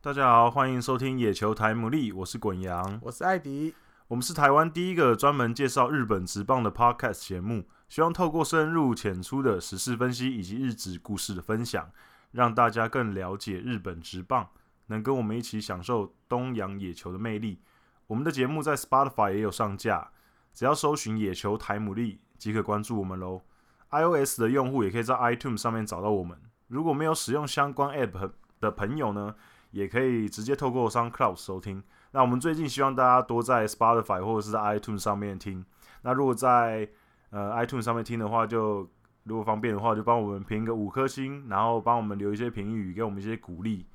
大家好，欢迎收听《野球台牡蛎》，我是滚羊，我是艾迪。我们是台湾第一个专门介绍日本职棒的 podcast 节目，希望透过深入浅出的时事分析以及日职故事的分享，让大家更了解日本职棒，能跟我们一起享受东洋野球的魅力。我们的节目在 Spotify 也有上架，只要搜寻“野球台牡蛎”即可关注我们喽。iOS 的用户也可以在 iTunes 上面找到我们。如果没有使用相关 App 的朋友呢，也可以直接透过 SoundCloud 收听。那我们最近希望大家多在 Spotify 或者是在 iTunes 上面听。那如果在呃 iTunes 上面听的话就，如果方便的话，就帮我们评个五颗星，然后帮我们留一些评语，给我们一些鼓励。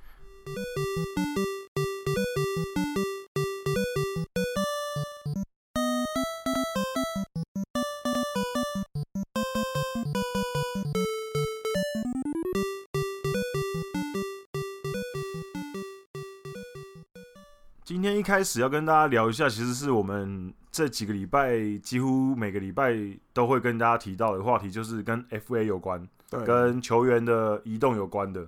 今天一开始要跟大家聊一下，其实是我们这几个礼拜几乎每个礼拜都会跟大家提到的话题，就是跟 FA 有关，对，跟球员的移动有关的。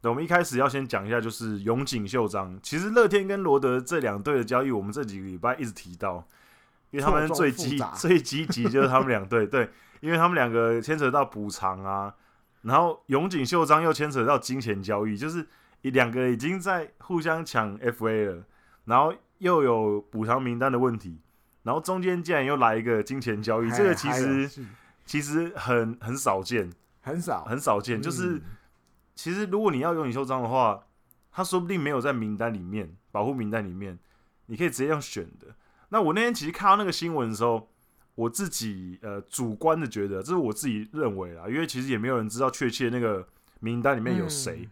那我们一开始要先讲一下，就是永井秀章。其实乐天跟罗德这两队的交易，我们这几个礼拜一直提到，因为他们错综最复积杂最积极就是他们两队，对，因为他们两个牵扯到补偿啊，然后永井秀章又牵扯到金钱交易，就是两个已经在互相抢 FA 了，然后又有补偿名单的问题，然后中间竟然又来一个金钱交易，嗨这个其嗨实有趣其实很很少见，很少，很少见，就是。嗯其实如果你要永井秀章的话，他说不定没有在名单里面，保护名单里面，你可以直接用选的。那我那天其实看到那个新闻的时候，我自己呃主观的觉得，这是我自己认为啦，因为其实也没有人知道确切那个名单里面有嗯谁。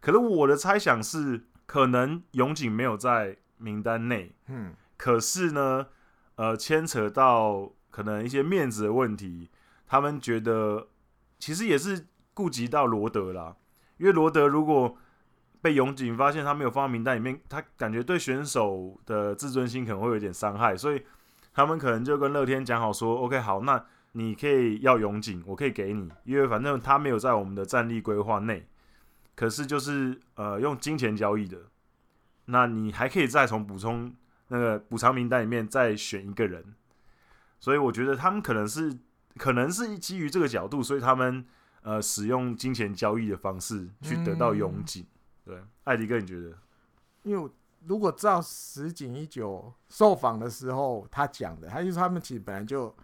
可是我的猜想是，可能永井没有在名单内，嗯，可是呢，呃，牵扯到可能一些面子的问题，他们觉得其实也是顾及到罗德啦，因为罗德如果被永井发现他没有放到名单里面，他感觉对选手的自尊心可能会有一点伤害，所以他们可能就跟乐天讲好说，OK，好，那你可以要永井，我可以给你，因为反正他没有在我们的战力规划内，可是就是呃用金钱交易的，那你还可以再从补充那个补偿名单里面再选一个人，所以我觉得他们可能是可能是基于这个角度，所以他们呃使用金钱交易的方式去得到永井。对，艾迪哥，你觉得？因为我如果照石井一九受访的时候他讲的，他就说他们其实本来就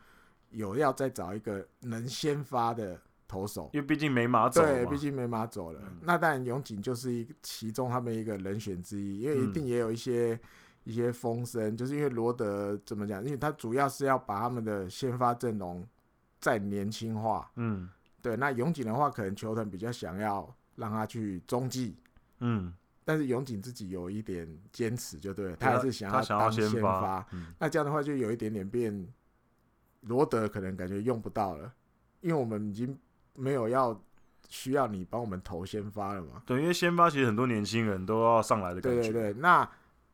有要再找一个能先发的投手，因为毕竟没马走对，嘛毕，竟梅马走了，嗯那当然永井就是一其中他们一个人选之一，因为嗯一定也有一些、一些风声，就是因为罗德怎么讲，因为他主要是要把他们的先发阵容再年轻化，嗯对，那永井的话，可能球团比较想要让他去中继。嗯，但是永井自己有一点坚持，就对了，对他还他是想他要想要当先先发发。嗯那这样的话，就有一点点变罗德可能感觉用不到了，因为我们已经没有要需要你帮我们投先发了嘛。对，因为先发其实很多年轻人都要上来的感对觉，对对，那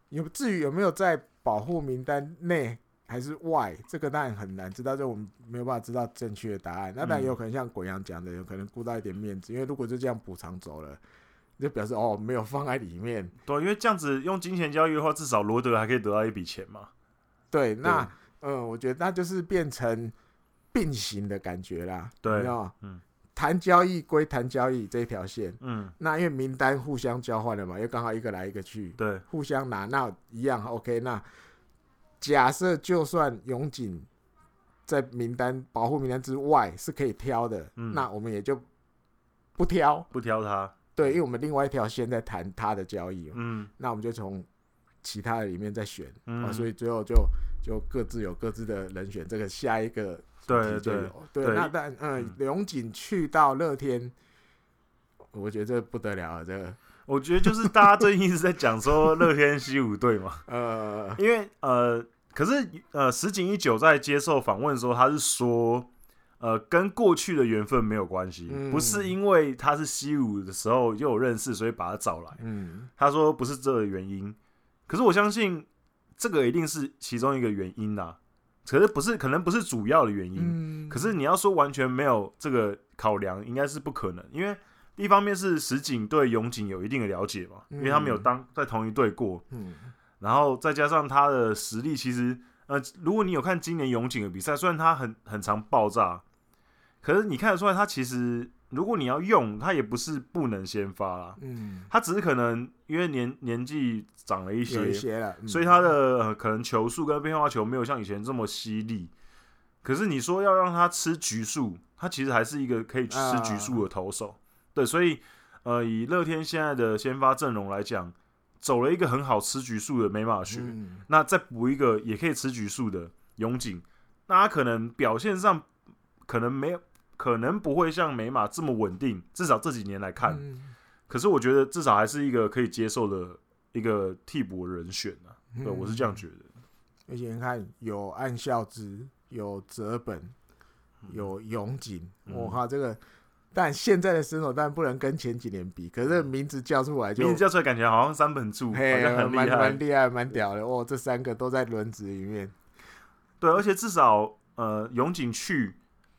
有至于有没有在保护名单内还是外，这个当然很难知道，就我们没有办法知道正确的答案。那当然嗯有可能像鬼阳讲的，有可能顾到一点面子，因为如果就这样补偿走了，就表示哦没有放在里面。对因为这样子用金钱交易的话，至少罗德还可以得到一笔钱嘛。对，那嗯，我觉得那就是变成并行的感觉啦。对你知道吗嗯，谈交易归谈交易这一条线，嗯，那因为名单互相交换了嘛，又刚好一个来一个去，对，互相拿，那一样 OK。那假设就算永井在名单保护名单之外是可以挑的，嗯那我们也就不挑。不挑他。对，因为我们另外一条线在谈他的交易嘛，嗯那我们就从其他的里面再选。嗯，啊，所以最后就就各自有各自的人选，这个下一个对题就对有对对那但嗯嗯，龙井去到乐天，我觉得这不得了了，啊这个我觉得就是大家最近一直在讲说乐天西武队嘛，呃，因为呃，可是呃，石井一九在接受访问的时候，他是说，呃，跟过去的缘分没有关系，嗯不是因为他是西武的时候就有认识，所以把他找来。嗯，他说不是这个原因，可是我相信这个一定是其中一个原因啦。可是不是，可能不是主要的原因。嗯，可是你要说完全没有这个考量，应该是不可能，因为一方面是石井对永井有一定的了解嘛，因为他们有当在同一队过，嗯，然后再加上他的实力，其实呃，如果你有看今年永井的比赛，虽然他很很常爆炸，可是你看得出来，他其实如果你要用，他也不是不能先发啦，嗯，他只是可能因为年年纪长了一些，有一些了，嗯所以他的、呃、可能球速跟变化球没有像以前这么犀利。可是你说要让他吃局数，他其实还是一个可以吃局啊数的投手。对，所以呃，以乐天现在的先发阵容来讲，走了一个很好吃局数的美马学，嗯那再补一个也可以吃局数的永井，那他可能表现上可能没有，可能不会像美马这么稳定，至少这几年来看。嗯可是我觉得至少还是一个可以接受的一个替补人选啊。对，嗯我是这样觉得。而且你看，有暗孝之，有泽本，有永井，嗯我靠，这个！但现在的身手当然不能跟前几年比，可是名字叫出来哎就嗯名字叫出来，感觉好像三本柱，好嘿，像很蛮厉害蛮。厉害，蛮屌的哦！这三个都在轮值里面，对，而且至少呃，永井去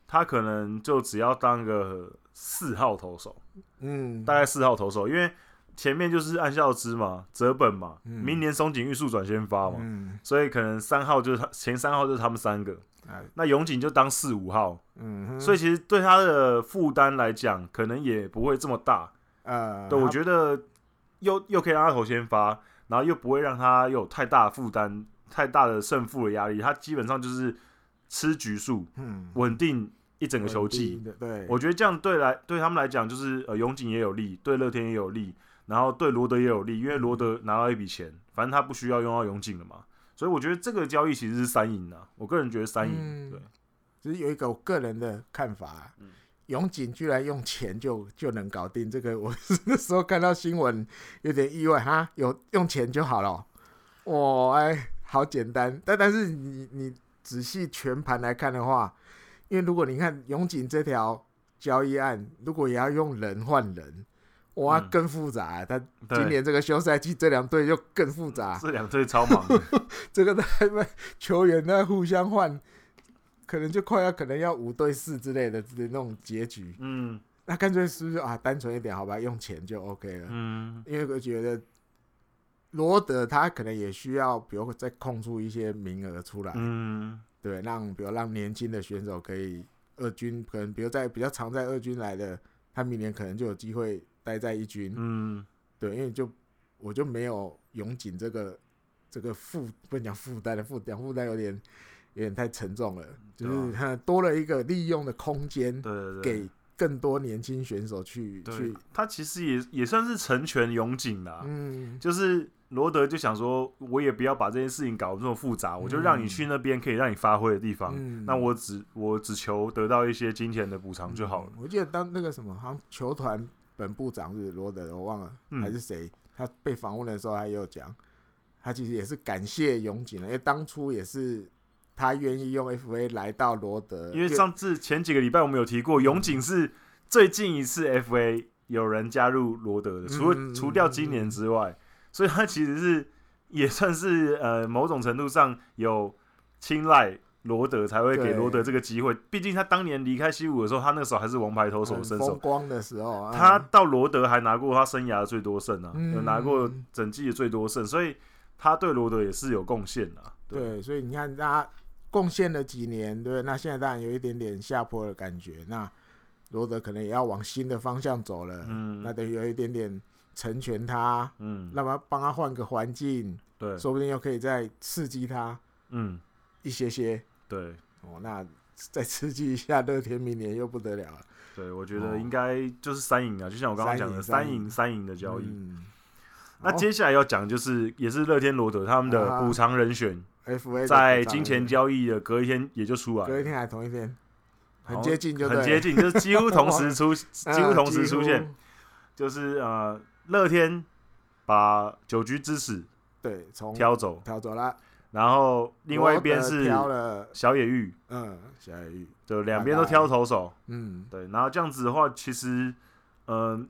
他可能就只要当个四号投手，嗯，大概四号投手，因为前面就是岸孝之嘛、泽本嘛，嗯明年松井玉树转先发嘛，嗯所以可能三号就是他前三号就是他们三个，啊那永井就当四五号，嗯哼，所以其实对他的负担来讲，可能也不会这么大。呃，对，我他觉得又又可以让他头先发，然后又不会让他有太大的负担、太大的胜负的压力。他基本上就是吃局数，嗯稳定一整个球稳季。定的，对，我觉得这样对来对他们来讲，就是呃，永井也有利，对乐天也有利，然后对罗德也有利，因为罗德拿到一笔钱，反正他不需要用到永井了嘛。所以我觉得这个交易其实是三赢啊，我个人觉得三赢。嗯对，只是有一个我个人的看法啊、永井居然用钱就就能搞定这个，我那时候看到新闻有点意外哈，有用钱就好了哦，哇、哎，好简单。但但是你你仔细全盘来看的话，因为如果你看永井这条交易案，如果也要用人换人，哇，嗯更复杂啊、他对今年这个休赛季这两队就更复杂、这两队超忙 的，这个他们球员在互相换，可能就快要可能要五对四之类的的那种结局。嗯那干脆是不是啊？单纯一点，好吧，用钱就 OK 了。嗯因为我觉得罗德他可能也需要，比如再空出一些名额出来，嗯，对，让比如让年轻的选手可以二军，可能比如在比较常在二军来的，他明年可能就有机会待在一军。嗯，对，因为就我就没有永井这个这个负不能讲负担的负讲负担有点有点太沉重了，就是嗯对啊它多了一个利用的空间对对对，给更多年轻选手去对啊去，他其实也也算是成全永井啦。嗯就是罗德就想说，我也不要把这件事情搞得这么复杂，我就让你去那边可以让你发挥的地方。嗯那我只我只求得到一些金钱的补偿就好了。嗯我记得当那个什么，好像球团本部长是罗德，我忘了、嗯还是谁，他被访问的时候，他也有讲，他其实也是感谢永井的，因为当初也是他愿意用 FA 来到罗德，因为上次前几个礼拜我们有提过，永井是最近一次 FA 有人加入罗德的，除嗯嗯嗯了除掉今年之外，所以他其实是也算是呃某种程度上有青睐罗德，才会给对罗德这个机会。毕竟他当年离开西武的时候，他那时候还是王牌投手很身风手。光的时候，啊他到罗德还拿过他生涯的最多胜啊，嗯有拿过整季的最多胜，所以他对罗德也是有贡献啊的。对，对，所以你看他贡献了几年，对不对，那现在当然有一点点下坡的感觉。那罗德可能也要往新的方向走了，那嗯等于有一点点成全他，嗯，那么帮他换个环境，对，说不定又可以再刺激他嗯一些些。对。哦，那再刺激一下乐天，明年又不得了了。对，我觉得哦应该就是三赢啊，就像我刚刚讲的，三三赢赢三赢的交易。嗯，那接下来要讲就是也是乐天罗德他们的啊补偿人选， F A 在金钱交易的隔一天也就出来隔一了，天还同一天，很好接近就很对接了，近，就是几乎同时 出，几乎嗯同时出，几现，乎就是呃，乐天把九局之矢对，从挑走，挑走了。然后另外一边罗德是挑了，小野玉，嗯，小野玉，对，两啊边都挑投手，嗯，对，然后这样子的话，其实，嗯、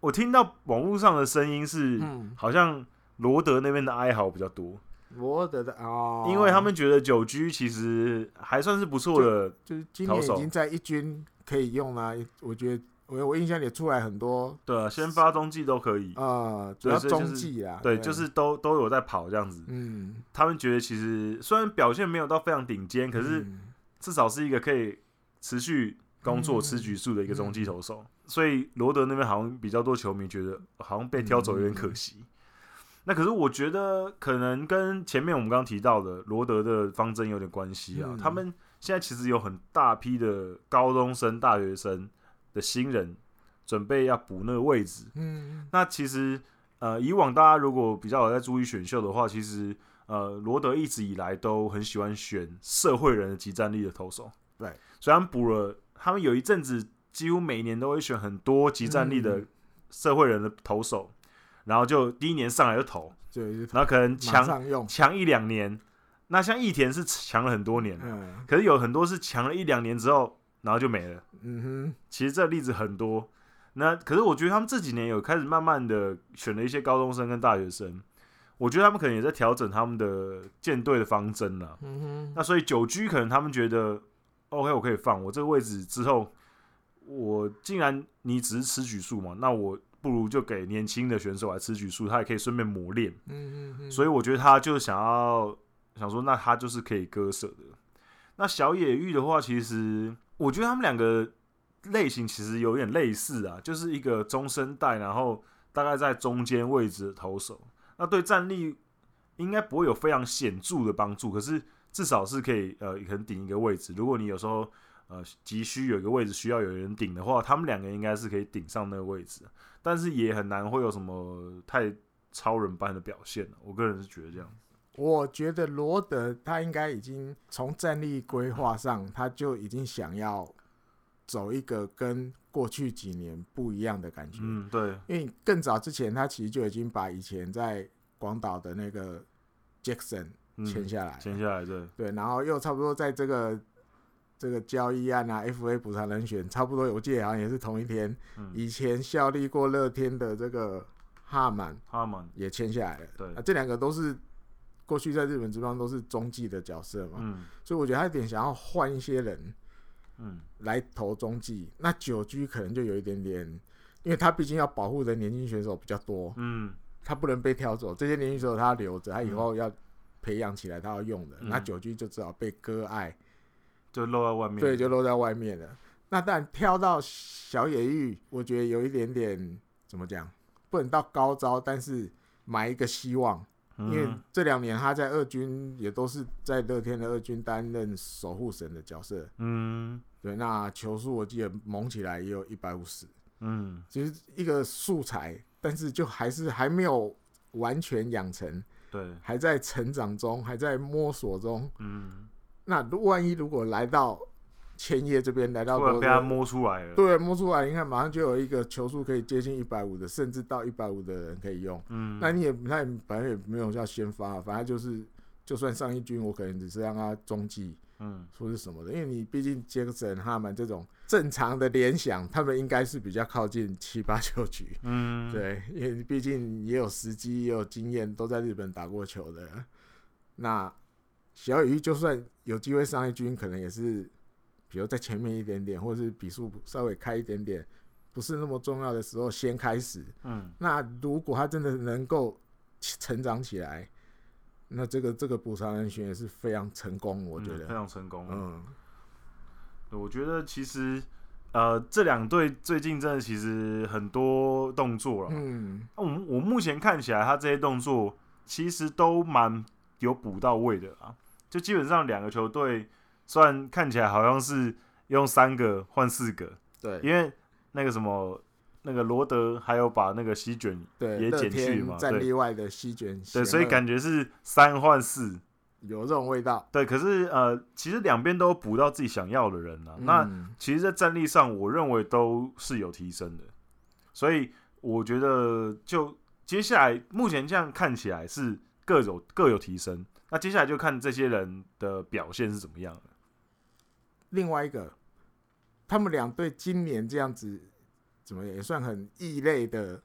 我听到网络上的声音是。嗯，好像罗德那边的哀嚎比较多，罗德的哦，因为他们觉得九居其实还算是不错的，就是今年投手已经在一军可以用啦、我觉得我我印象里出来很多对啊，先发中继都可以，呃，主对要所以就中是继啦，对，就是都都有在跑这样子。嗯，他们觉得其实虽然表现没有到非常顶尖，可是嗯至少是一个可以持续工作嗯吃局数的一个中继投手。所以罗德那边好像比较多球迷觉得好像被挑走有点可惜。那可是我觉得可能跟前面我们刚刚提到的罗德的方针有点关系啊。嗯他们现在其实有很大批的高中生、大学生的新人准备要补那个位置，嗯，那其实呃，以往大家如果比较有在注意选秀的话，其实呃，罗德一直以来都很喜欢选社会人的集战力的投手。对，所以他们补了，他们有一阵子几乎每年都会选很多集战力的嗯社会人的投手，然后就第一年上来就投，对，然后可能马强上用，强一两年。那像义田是强了很多年，嗯可是有很多是强了一两年之后，然后就没了。嗯其实这例子很多。那可是我觉得他们这几年有开始慢慢的选了一些高中生跟大学生，我觉得他们可能也在调整他们的舰队的方针了哼，。嗯哼，那所以九居可能他们觉得 OK，我可以放我这个位置之后，我既然你只是吃局数嘛，那我不如就给年轻的选手来吃局数，他也可以顺便磨练。嗯哼，所以我觉得他就想要想说，那他就是可以割舍的。那小野玉的话，其实我觉得他们两个类型其实有点类似啊，就是一个中生代，然后大概在中间位置的投手，那对战力应该不会有非常显著的帮助，可是至少是可以呃，可能顶一个位置。如果你有时候呃急需有一个位置需要有人顶的话，他们两个应该是可以顶上那个位置，但是也很难会有什么太超人般的表现、我个人是觉得这样。我觉得罗德他应该已经从战力规划上，他就已经想要走一个跟过去几年不一样的感觉。嗯，对，因为更早之前，他其实就已经把以前在广岛的那个 Jackson 嗯，签下来，签下来，对，对，然后又差不多在这个这个交易案啊，FA 补偿人选，差不多我记得好像也是同一天，嗯以前效力过乐天的这个哈满哈曼，也签下来了。对啊，这两个都是过去在日本职棒都是中继的角色嘛，嗯所以我觉得他有点想要换一些人嗯，来投中继。那九居可能就有一点点，因为他毕竟要保护的年轻选手比较多，嗯他不能被挑走，这些年轻选手他留着，他以后要培养起来，他要用的。嗯那九居就只好被割爱，就露在外面，对，就露在外面了。那但挑到小野玉，我觉得有一点点怎么讲，不能到高招，但是埋一个希望。嗯，因为这两年他在二军也都是在乐天的二军担任守护神的角色。嗯对，那球速我记得猛起来也有一百五十，嗯其实一个素材，但是就还是还没有完全养成，对，还在成长中，还在摸索中。嗯，那如万一如果来到千叶这边，来到突然罗被他德，摸出来了，对，摸出来，你看马上就有一个球速可以接近一百五的，甚至到一百五的人可以用。嗯，那你也那也反正也没有要先发、啊，反正就是就算上一军，我可能只是让他中继嗯或是什么的，因为你毕竟杰克森他们这种正常的联想，他们应该是比较靠近七八九局，嗯，，对，因为毕竟也有时机，也有经验，都在日本打过球的。那小雨就算有机会上一军，可能也是比如在前面一点点，或是比数稍微开一点点，不是那么重要的时候先开始，嗯那如果他真的能够起成长起来，那这个这个补偿人选也是非常成功，我觉非得。常成功，嗯，我觉得其实。呃，这两队最近真的其实很多动作了。嗯，我们我目前看起来，他这些动作其实都蛮有补到位的啊。就基本上两个球队，虽然看起来好像是用三个换四个，对因为那个什么，那个罗德还有把那个席卷，对，也乐减去天嘛战对例外的席卷对，险恶，所以感觉是三换四，有这种味道。对。可是呃，其实两边都有补到自己想要的人啊。那嗯其实，在战力上，我认为都是有提升的，所以我觉得就接下来目前这样看起来是各有各有提升。那接下来就看这些人的表现是怎么样了。另外一个，他们两队今年这样子，怎么也算很异类的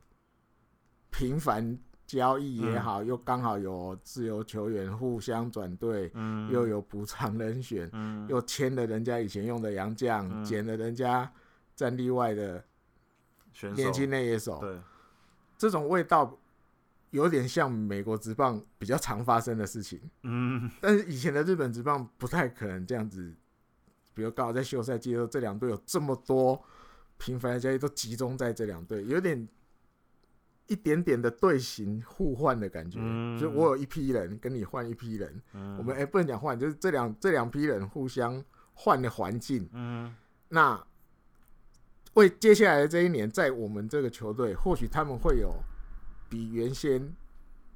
频繁交易也嗯好，又刚好有自由球员互相转队，嗯，又有补偿人选，嗯又签了人家以前用的洋将，嗯捡了人家战力外的选手年轻内野手，对，嗯这种味道有点像美国职棒比较常发生的事情。嗯但是以前的日本职棒不太可能这样子，比如刚好在休赛季的时候，这两队有这么多频繁的交易都集中在这两队，有点一点点的队形互换的感觉。嗯就是我有一批人跟你换一批人，嗯，我们哎、诶不能讲换，就是这两这两批人互相换的环境。嗯那为接下来的这一年，在我们这个球队，或许他们会有比原先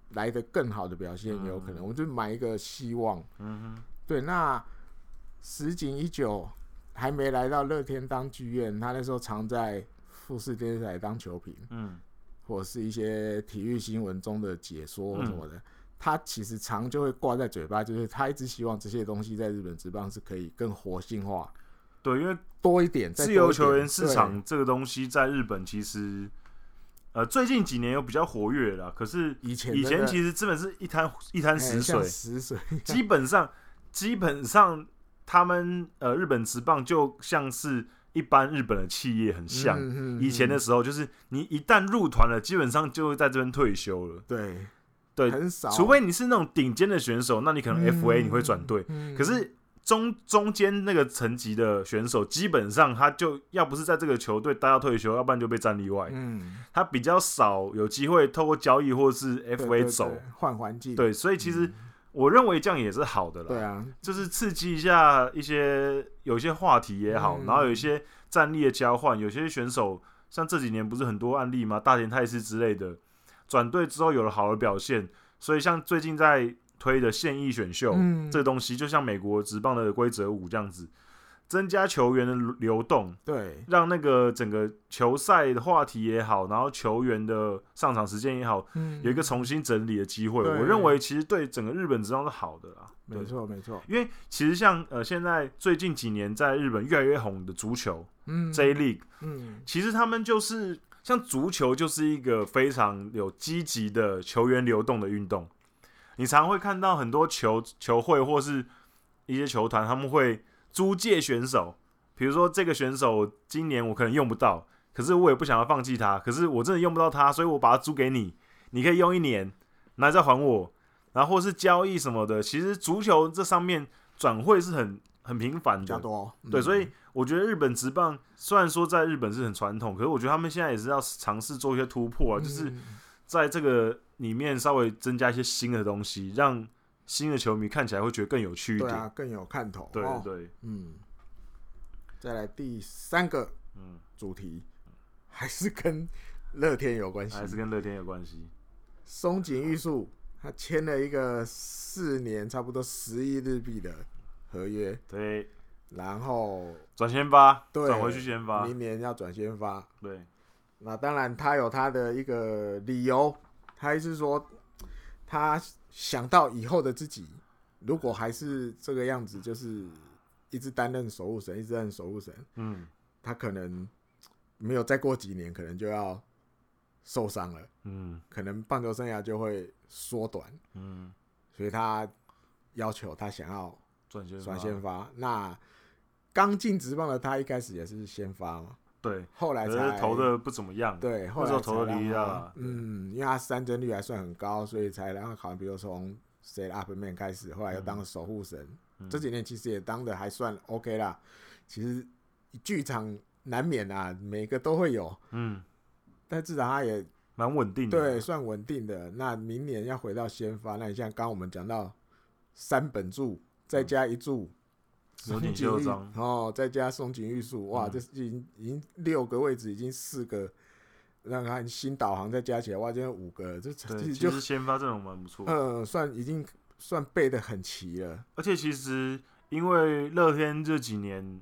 来的更好的表现，嗯有可能。我们就买一个希望。嗯对，那石井一九还没来到乐天当剧院，他那时候常在富士电视台当球评，嗯或者是一些体育新闻中的解说什嗯么的。他其实常就会挂在嘴巴，就是他一直希望这些东西在日本职棒是可以更活性化对，因为多一点，再自由多一点球员市对场这个东西在日本其实，呃，最近几年有比较活跃啦，可是以前哎以前其实实基本是一滩一滩死水，死水，基本上基本上他们呃日本职棒就像是一般日本的企业很像。嗯嗯嗯以前的时候，就是你一旦入团了，基本上就会在这边退休了。对对很少，除非你是那种顶尖的选手，那你可能 FA 嗯你会转队。嗯可是中中间那个层级的选手，基本上他就要不是在这个球队待到退休，要不然就被战例外。嗯他比较少有机会透过交易或是对 FA 对走。对换环境，对，所以其实我认为这样也是好的啦。对啊，就是刺激一下一些有一些话题也好，嗯然后有一些战力的交换，有些选手像这几年不是很多案例吗？大田泰司之类的，转队之后有了好的表现，所以像最近在推的现役选秀、嗯这个东西，就像美国职棒的规则五这样子，增加球员的流动，对让那个整个球赛的话题也好，然后球员的上场时间也好，嗯有一个重新整理的机会。对我认为其实对整个日本职棒是好的啦，对没错没错，因为其实像呃，现在最近几年在日本越来越红的足球嗯 J League，嗯其实他们就是像足球就是一个非常有积极的球员流动的运动。你常会看到很多球球会或是一些球团，他们会租借选手，比如说这个选手今年我可能用不到，可是我也不想要放弃他，可是我真的用不到他，所以我把它租给你，你可以用一年，然后再还我，然后或是交易什么的。其实足球这上面转会是很很频繁比的较，多，对，嗯所以我觉得日本职棒虽然说在日本是很传统，可是我觉得他们现在也是要尝试做一些突破啊，就是嗯在这个里面稍微增加一些新的东西，让新的球迷看起来会觉得更有趣一对点。啊更有看头，对哦对对，嗯，再来第三个嗯，主题还是跟乐天有关系，还是跟乐天有关系。松井玉树他签了一个四年差不多十亿日币的合约，对，然后转先发，对转回去先发，明年要转先发。对，那当然，他有他的一个理由，他是说他想到以后的自己，如果还是这个样子，就是一直担任守护神，一直担任守护神，嗯他可能没有再过几年，可能就要受伤了，嗯可能棒球生涯就会缩短。嗯，所以他要求他想要转先发，转先发。那刚进职棒的他一开始也是先发嘛，对，后来可才是投的不怎么样。对，那后时候来投的才让离他啊对嗯，因为他三振率还算很高，所以才让他考完，比如从 set up man 开始，后来又当了守护神，嗯这几年其实也当的还算 OK 啦。其实剧场难免啊，每个都会有，嗯，但至少他也蛮稳定的。对，算稳定的。那明年要回到先发，那你像刚刚我们讲到三本柱，再加一柱，嗯有点井嚣玉张哦，再加松井玉树，哇，嗯这已经已经六个位置，已经四个，让他新导航再加起来，哇，今天五个了，这对，其其实就实先发阵容蛮不错。呃，算已经算备的很齐了。而且其实因为乐天这几年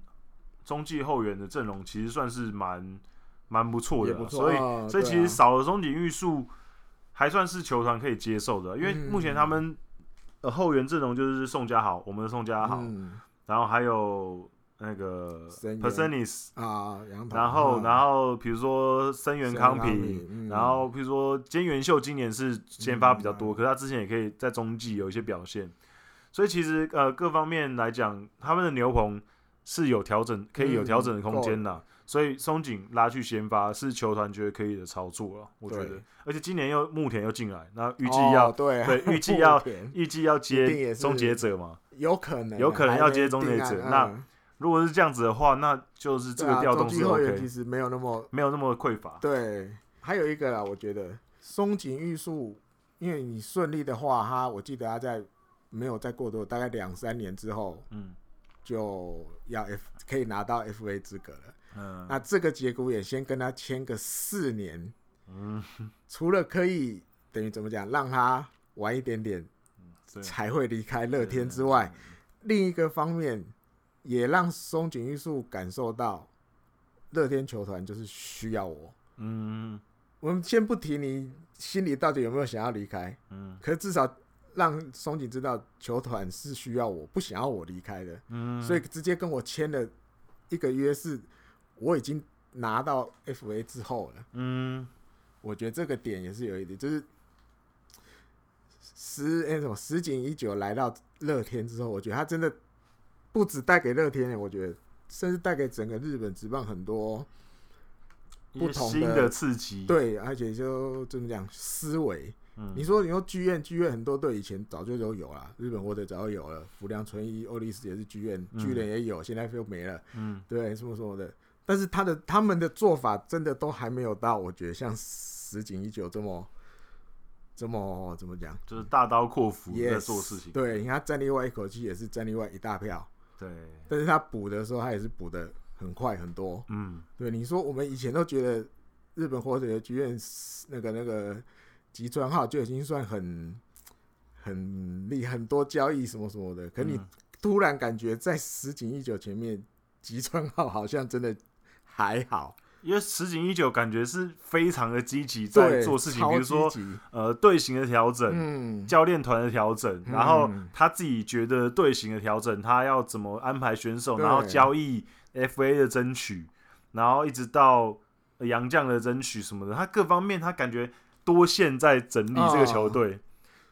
中继后援的阵容其实算是蛮蛮不错的也啦，不错所以、啊所以对其实啊少了中井玉树还算是球团可以接受的，因为嗯目前他们、呃后援阵容就是宋家豪，我们的宋家豪，嗯，然后还有呃那个森 p e r s o n i s 啊，杨鹏，然后啊然后比如说森源康平，，嗯嗯然后比如说菅原秀今年是先发比较多，可是他之前也可以在中继有一些表现，所以其实呃各方面来讲，他们的牛棚是有调整，可以有调整的空嗯间啦。所以松井拉去先发是球团觉得可以的操作了，我觉对得。而且今年又木田又进来，那预计哦要对啊对预计 不要甜预计要一定也接是终结者嘛。有可能啊有可能要接终结者还没定案那嗯如果是这样子的话，那就是这对个啊调动中是继后援 OK，、其实没有那么没有那么匮乏。对，还有一个啦，我觉得松井玉树，因为你顺利的话，他我记得他在没有再过多大概两三年之后嗯就要 F 可以拿到 FA 资格了。嗯那这个节骨眼先跟他签个四年，嗯，除了可以等于怎么讲，让他晚一点点对，才会离开乐天之外，另一个方面也让松井玉树感受到乐天球团就是需要我。嗯我们先不提你心里到底有没有想要离开，嗯可是至少让松井知道球团是需要我，不想要我离开的，嗯，所以直接跟我签了一个约是，我已经拿到 FA 之后了。嗯我觉得这个点也是有一点，就是石哎、什么石井一九来到乐天之后，我觉得他真的不止带给乐天，我觉得甚至带给整个日本职棒很多嗯不一些同新的的刺激，，对，而且就怎么讲思维，嗯你说你说剧院，剧院很多队以前早就都有啦，日本火腿早就有了，福良纯一、欧力士也是剧院，嗯巨人也有，现在又没了，嗯对，什么什么的。但是他的他们的做法真的都还没有到，我觉得像石井一九这么这么怎么讲？就是大刀阔斧也在做事情，对，你看他站另外一口气也是站另外一大票，对，但是他补的时候他也是补的很快很多，嗯对，你说我们以前都觉得日本火腿的剧院那个那个集团号就已经算很很厉很多交易什么什么的，可你嗯突然感觉在石井一九前面，集团号好像真的还好，因为石井一九感觉是非常的积极在对，做事情，超比如说积极呃队形的调整，嗯，教练团的调整，然后嗯他自己觉得队形的调整，他要怎么安排选手，对然后交易 FA 的争取，然后一直到呃洋将的争取什么的，他各方面他感觉多线在整理这个哦球队，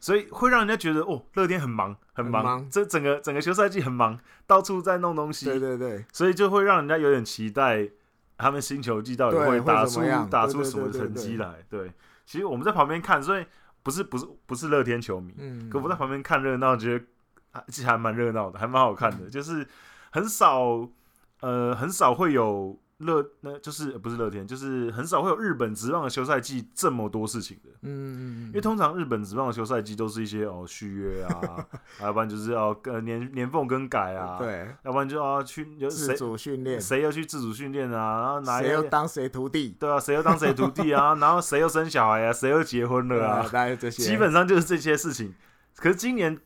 所以会让人家觉得哦，乐天很忙很忙，很忙这整个整个休赛季很忙，到处在弄东西，对对对，所以就会让人家有点期待他们新球季到底对会会打怎出么样打对出对什么对对成绩对来。对，其实我们在旁边看，所以不是不是不是乐天球迷，嗯，可我在旁边看热闹，觉得啊其实还蛮热闹的，还蛮好看嗯的。就是很少，呃，很少会有乐，那就是呃不是乐天，就是很少会有日本职棒的休赛季这么多事情的。嗯，嗯，因为通常日本职棒的休赛季都是一些哦续约 啊，要不然就是要呃年年俸更改啊，，对要不然就要去有自谁主训练，谁又去自主训练啊，然后哪一谁又当谁徒弟，对啊，谁又当谁徒弟啊，然后谁又生小孩啊，谁又结 婚了啊，大概这些，基本上就是这些事情。可是今年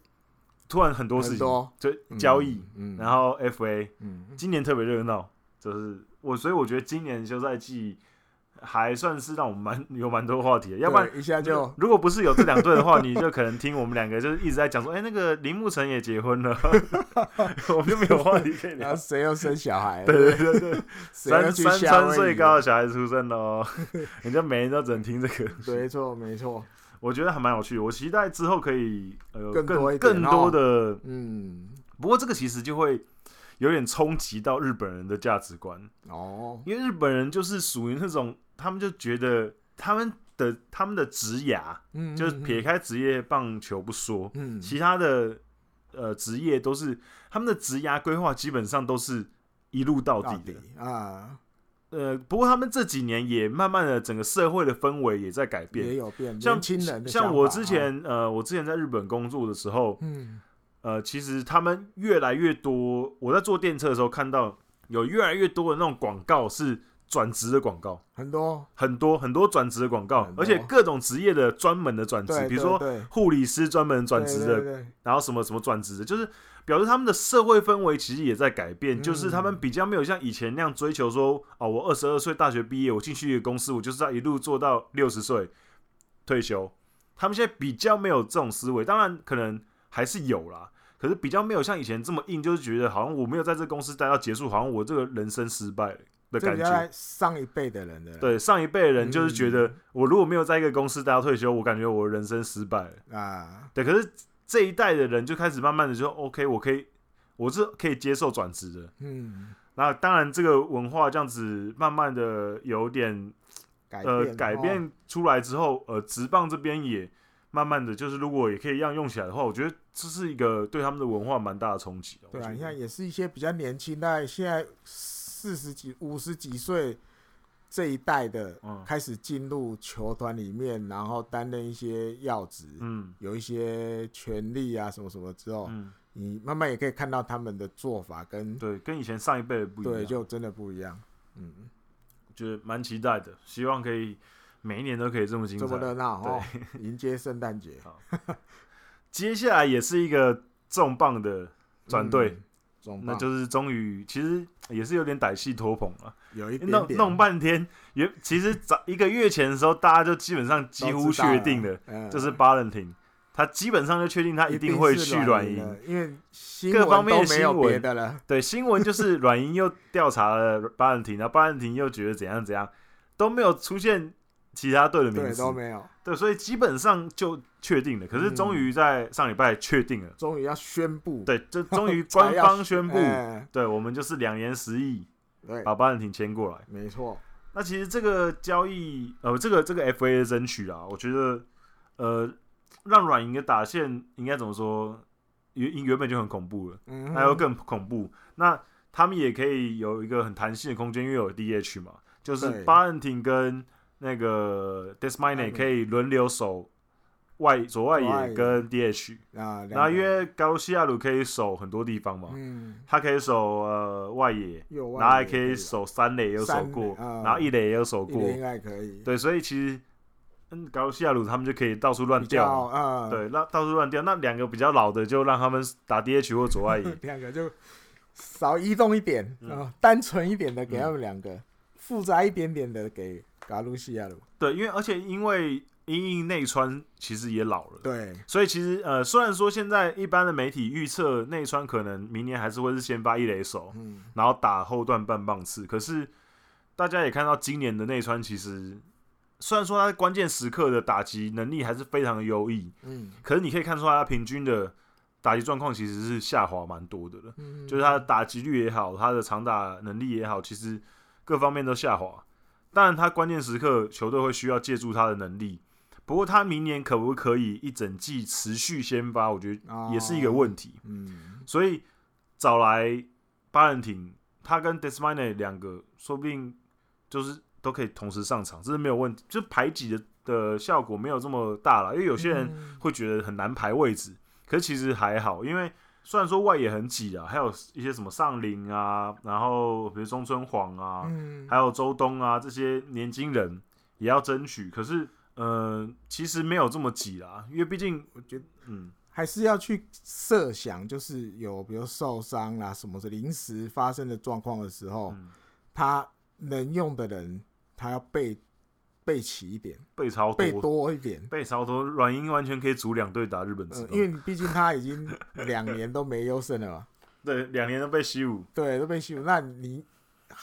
突然很多事很情，多就交易，，嗯，然后 FA，嗯，今年特别热闹，就是我，所以我觉得今年休赛季还算是让我们蛮有蛮多话题的，要不然。对一下如就果如果不是有这两队的话，你就可能听我们两个就是一直在讲说，哎、那个林木成也结婚 了，我们就没有话题可以然聊后。谁又生小孩？对对对 对，啊谁又三去三夏三威夷岁高的小孩出生了 哦，人家每人都只能听这个。对，没错没错，我觉得还蛮有趣的，我期待之后可以呃更多一点更多的，嗯，不过这个其实就会有点冲击到日本人的价值观，哦，因为日本人就是属于那种他们就觉得他们的他们的职涯，嗯，就是撇开职业棒球不说，嗯，其他的呃职业都是他们的职涯规划基本上都是一路到到底的。啊，呃，不过他们这几年也慢慢的整个社会的氛围也在改也变，有变，像年轻人的像想我法之啊，前呃，我之前在日本工作的时候，嗯，呃，其实他们越来越多，我在坐电车的时候看到有越来越多的那种广告是转职的广告，很多很多很多转职的广告很，多而且各种职业的专门的转职，对，比如对说对护理师专门转对职对的，对然后什么什么转职的，就是表示他们的社会氛围其实也在改变，嗯就是他们比较没有像以前那样追求说，哦，我二十二岁大学毕业，我进去一个公司，我就是要一路做到六十岁退休。他们现在比较没有这种思维，当然可能还是有啦，可是比较没有像以前这么硬，就是觉得好像我没有在这公司待到结束，好像我这个人生失败了的这感比较来觉。上一辈的人的对上一辈的人就是觉得嗯，我如果没有在一个公司待到退休，我感觉我人生失败了。啊，对，可是这一代的人就开始慢慢的就 OK，我可以，我是可以接受转职的。嗯，那当然，这个文化这样子慢慢的有点改呃变改哦变出来之后，呃，职棒这边也慢慢的就是如果也可以一样用起来的话，我觉得这是一个对他们的文化蛮大的冲击哦。对我啊，觉你得看也是一些比较年轻，大概现在四十几、五十几岁这一代的，嗯开始进入球团里面，然后担任一些要职，嗯有一些权利啊什么什么之后，嗯，你慢慢也可以看到他们的做法跟对，跟以前上一辈的不一样，对就真的不一样。嗯，觉得蛮期待的，希望可以每一年都可以这么精这么彩。热闹哦，迎接圣诞节接下来也是一个重磅的 转队，嗯重那磅就是终于，其实也是有点歹戏拖棚了，有一点弄点弄半天。原其实早一个月前的时候，大家就基本上几乎确定的了，，嗯就是巴伦廷，他基本上就确定他一定会去软银银。的，因为新各闻方面都的没有新闻别的了。对，新闻就是软银又调查了巴伦廷，然后巴伦廷又觉得怎样怎样，都没有出现其他队的名对，字都，没有，对，所以基本上就确定了。可是嗯终于在上礼拜确定了，终于要宣布，对，这终于 才要官方宣布，哎对我们就是两年十亿对，把巴伦廷签过来。没错，那其实这个交易，呃，这个这个 FA 的争取啊，我觉得，呃，让软银的打线应该怎么说，原原本就很恐怖了，嗯，还有更恐怖。那他们也可以有一个很弹性的空间，因为有 DH 嘛，就是对巴恩廷跟那个 Desmine 嗯可以轮流守外左外左外野野跟 DH，啊，两然后个因为高西亚鲁可以守很多地方嘛，嗯，他可以守呃外野，右外然后还野可以守三垒也有守三过，垒啊然后一垒也有守一过，垒应该可以，对，所以其实嗯，搞西雅鲁他们就可以到处乱比调较嘛，啊，，，对，那到处乱调。那两个比较老的就让他们打 DH 或左外野 两个就少移动一点嗯啊，单纯一点的给嗯他们两个，复杂一点点的给嘎鲁西亚鲁，对，因为而且因为因应内川其实也老了，对，所以其实呃，虽然说现在一般的媒体预测内川可能明年还是会是先发一垒手，嗯，然后打后段半棒次，可是大家也看到今年的内川其实。虽然说他在关键时刻的打击能力还是非常的优异，嗯可是你可以看出来他平均的打击状况其实是下滑蛮多的了。嗯，就是他的打击率也好，他的长打能力也好，其实各方面都下滑。当然，他关键时刻球队会需要借助他的能力。不过，他明年可不可以一整季持续先发，我觉得哦也是一个问题。嗯，所以找来巴伦廷，他跟 Desmine 两个，说不定就是都可以同时上场，这是没有问题。就排挤的的效果没有这么大了，因为有有些人嗯会觉得很难排位置，可是其实还好，因为虽然说外野很挤啊，还有一些什么上林啊，然后比如中村晃啊，嗯，还有周东啊这些年轻人也要争取，可是呃，其实没有这么挤啦，因为毕竟我觉得。嗯还是要去设想，就是有比如受伤啦、什么的临时发生的状况的时候，嗯他能用的人，他要备备齐一点，被超备多多一点。被超多，软银完全可以组两队打日本职嗯，棒，因为你毕竟他已经两年都没优胜了嘛，对两年都被西武，对，都被西武。那你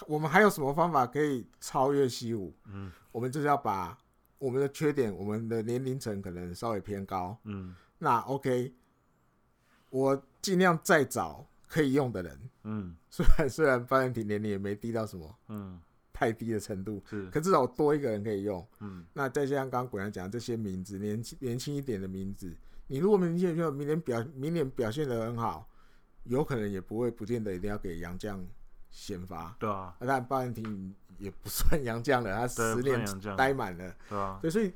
我们还有什么方法可以超越西武？嗯我们就是要把我们的缺点，我们的年龄层可能稍微偏高。嗯那 OK，我尽量再找可以用的人。嗯虽然虽然巴伦廷年龄也没低到什么嗯太低的程度，是可至少多一个人可以用。嗯那再加上刚刚果然讲这些名字，年轻年轻一点的名字，你如果明年就明年表明年表现的很好，有可能也不会不见得一定要给杨绛先发。对啊啊但巴伦廷也不算杨绛了，他对十年不算杨绛待满了，对啊对，所以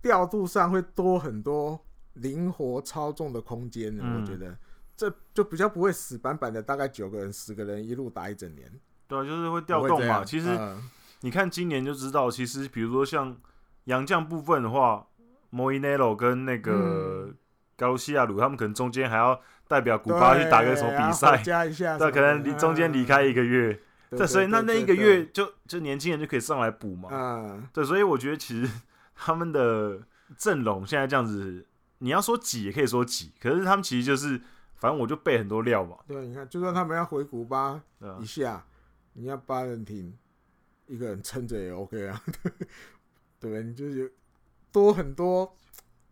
调度上会多很多灵活操纵的空间呢。嗯我觉得这就比较不会死板板的，大概九个人、十个人一路打一整年，对啊，就是会不调会动这嘛，样其实。嗯你看今年就知道，其实比如说像洋将部分的话 m o i n e l o 跟那个嗯高西亚鲁，他们可能中间还要代表古巴去打个什么比赛，加啊一下什对，么可的，能离中间离开一个月，嗯，对，所以那那一个，对月对对就就年轻人就可以上来补嘛，嗯，对，所以我觉得其实他们的阵容现在这样子，你要说挤也可以说挤，可是他们其实就是反正我就备很多料嘛，对，你看，就算他们要回古巴对啊一，下，你要八人艇，一个人撑着也 OK 啊， 对不对？你就是有多很多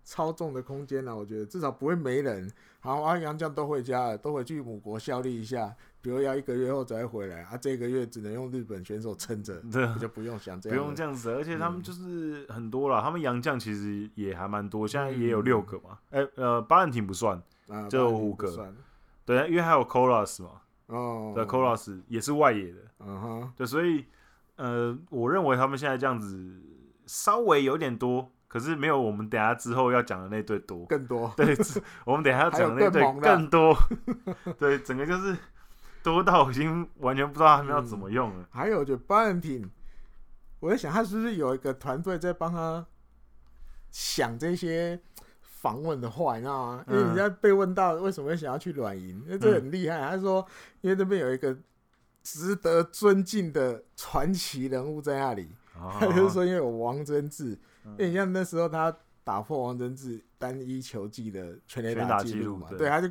操纵的空间啊，我觉得至少不会没人。好，阿杨将都回家了，都回去母国效力一下，比如要一个月后才会回来啊，这个月只能用日本选手撑 着，对啊我就不用想这不样了，嗯用这样子，而且他们就是很多啦，他们洋将其实也还蛮多，现在也有嗯六个嘛，哎、呃，巴兰廷不算，啊，就不然五你不个算了对，因为还有 Colas 嘛，哦，对，Colas 也是外野的，嗯哼，对，所以呃，我认为他们现在这样子稍微有点多，可是没有我们等一下之后要讲的那队多。更多，对，这我们等一下要讲的那队还有更猛的啊更多，对，整个就是多到已经完全不知道他们要嗯怎么用了。还有就巴人挺，我在想他是不是有一个团队在帮他想这些访问的话，你知道吗？因为嗯人家被问到为什么会想要去软银，那这很厉害。他说，因为那边有一个值得尊敬的传奇人物在那里，哦他 就说，因为有王贞治，嗯因为你像那时候他打破王贞治单一球技的全垒全垒打记记录录嘛，对对，他就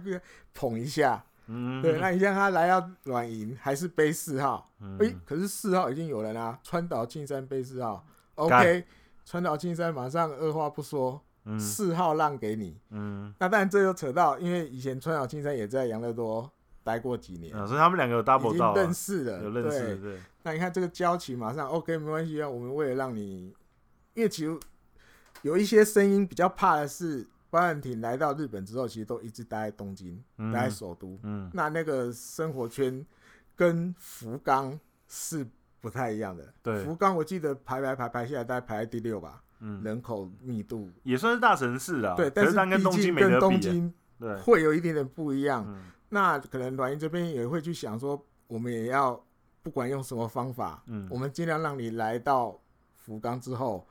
捧一下，嗯，对，那你像他来到软银还是背四号。嗯诶，可是四号已经有人啦、川岛进山背四号干，OK，川岛进山马上二话不说，嗯四、号让给你。嗯，那当然这又扯到，因为以前川岛进山也在养乐多待过几年，啊所以他们两个有 double 已到啊，经认识了，有认识，对，对，那你看这个交期马上 OK 没关系啊，我们为了让你，因为其实有一些声音比较怕的是，巴兰廷来到日本之后，其实都一直待在东京，嗯待在首都。嗯那那个生活圈跟福冈是不太一样的。对福冈我记得排排排排下来，大概排在第六吧，嗯，人口密度。也算是大城市啦，对，可但是但毕跟东京竟没得跟比东啊，京对，会有一点点不一样。嗯那可能软银这边也会去想说，我们也要不管用什么方法，嗯我们尽量让你来到福冈之后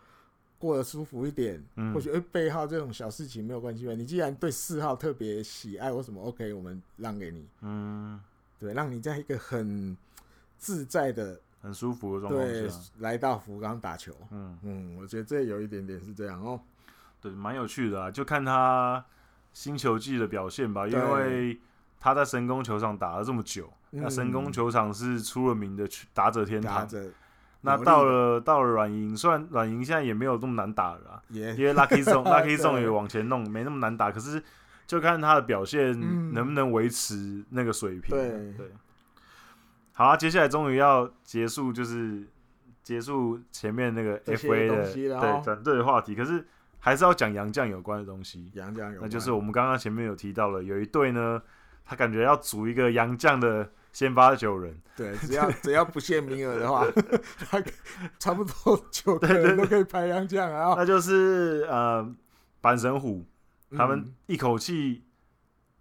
过得舒服一点。嗯或许哎背号这种小事情没有关系吧？你既然对四号特别喜爱，为什么 OK？我们让给你。嗯，对，让你在一个很自在的很舒服的状对况下，来到福冈打球。嗯，嗯，我觉得这有一点点是这样哦。对，蛮有趣的啊，就看他新球季的表现吧，对因为他在神宫球场打了这么久，嗯那神宫球场是出了名的去打者天打堂，着那到了到了软银，虽然软银现在也没有这么难打了啊，也因为 Lucky Zone Lucky 对 Zone 也往前弄，没那么难打，可是就看他的表现嗯能不能维持那个水平。啊对对，好、啊，接下来终于要结束，就是结束前面那个这些 FA 东的西了对哦转队的话题，可是还是要讲洋将有关的东西，杨江有关，那就是我们刚刚前面有提到了，有一队呢，他感觉要组一个洋将的先发九人， 对，只要只要不限名额的话，他差不多九个人都可以排杨江啊。哦那就是呃阪神虎，他们嗯一口气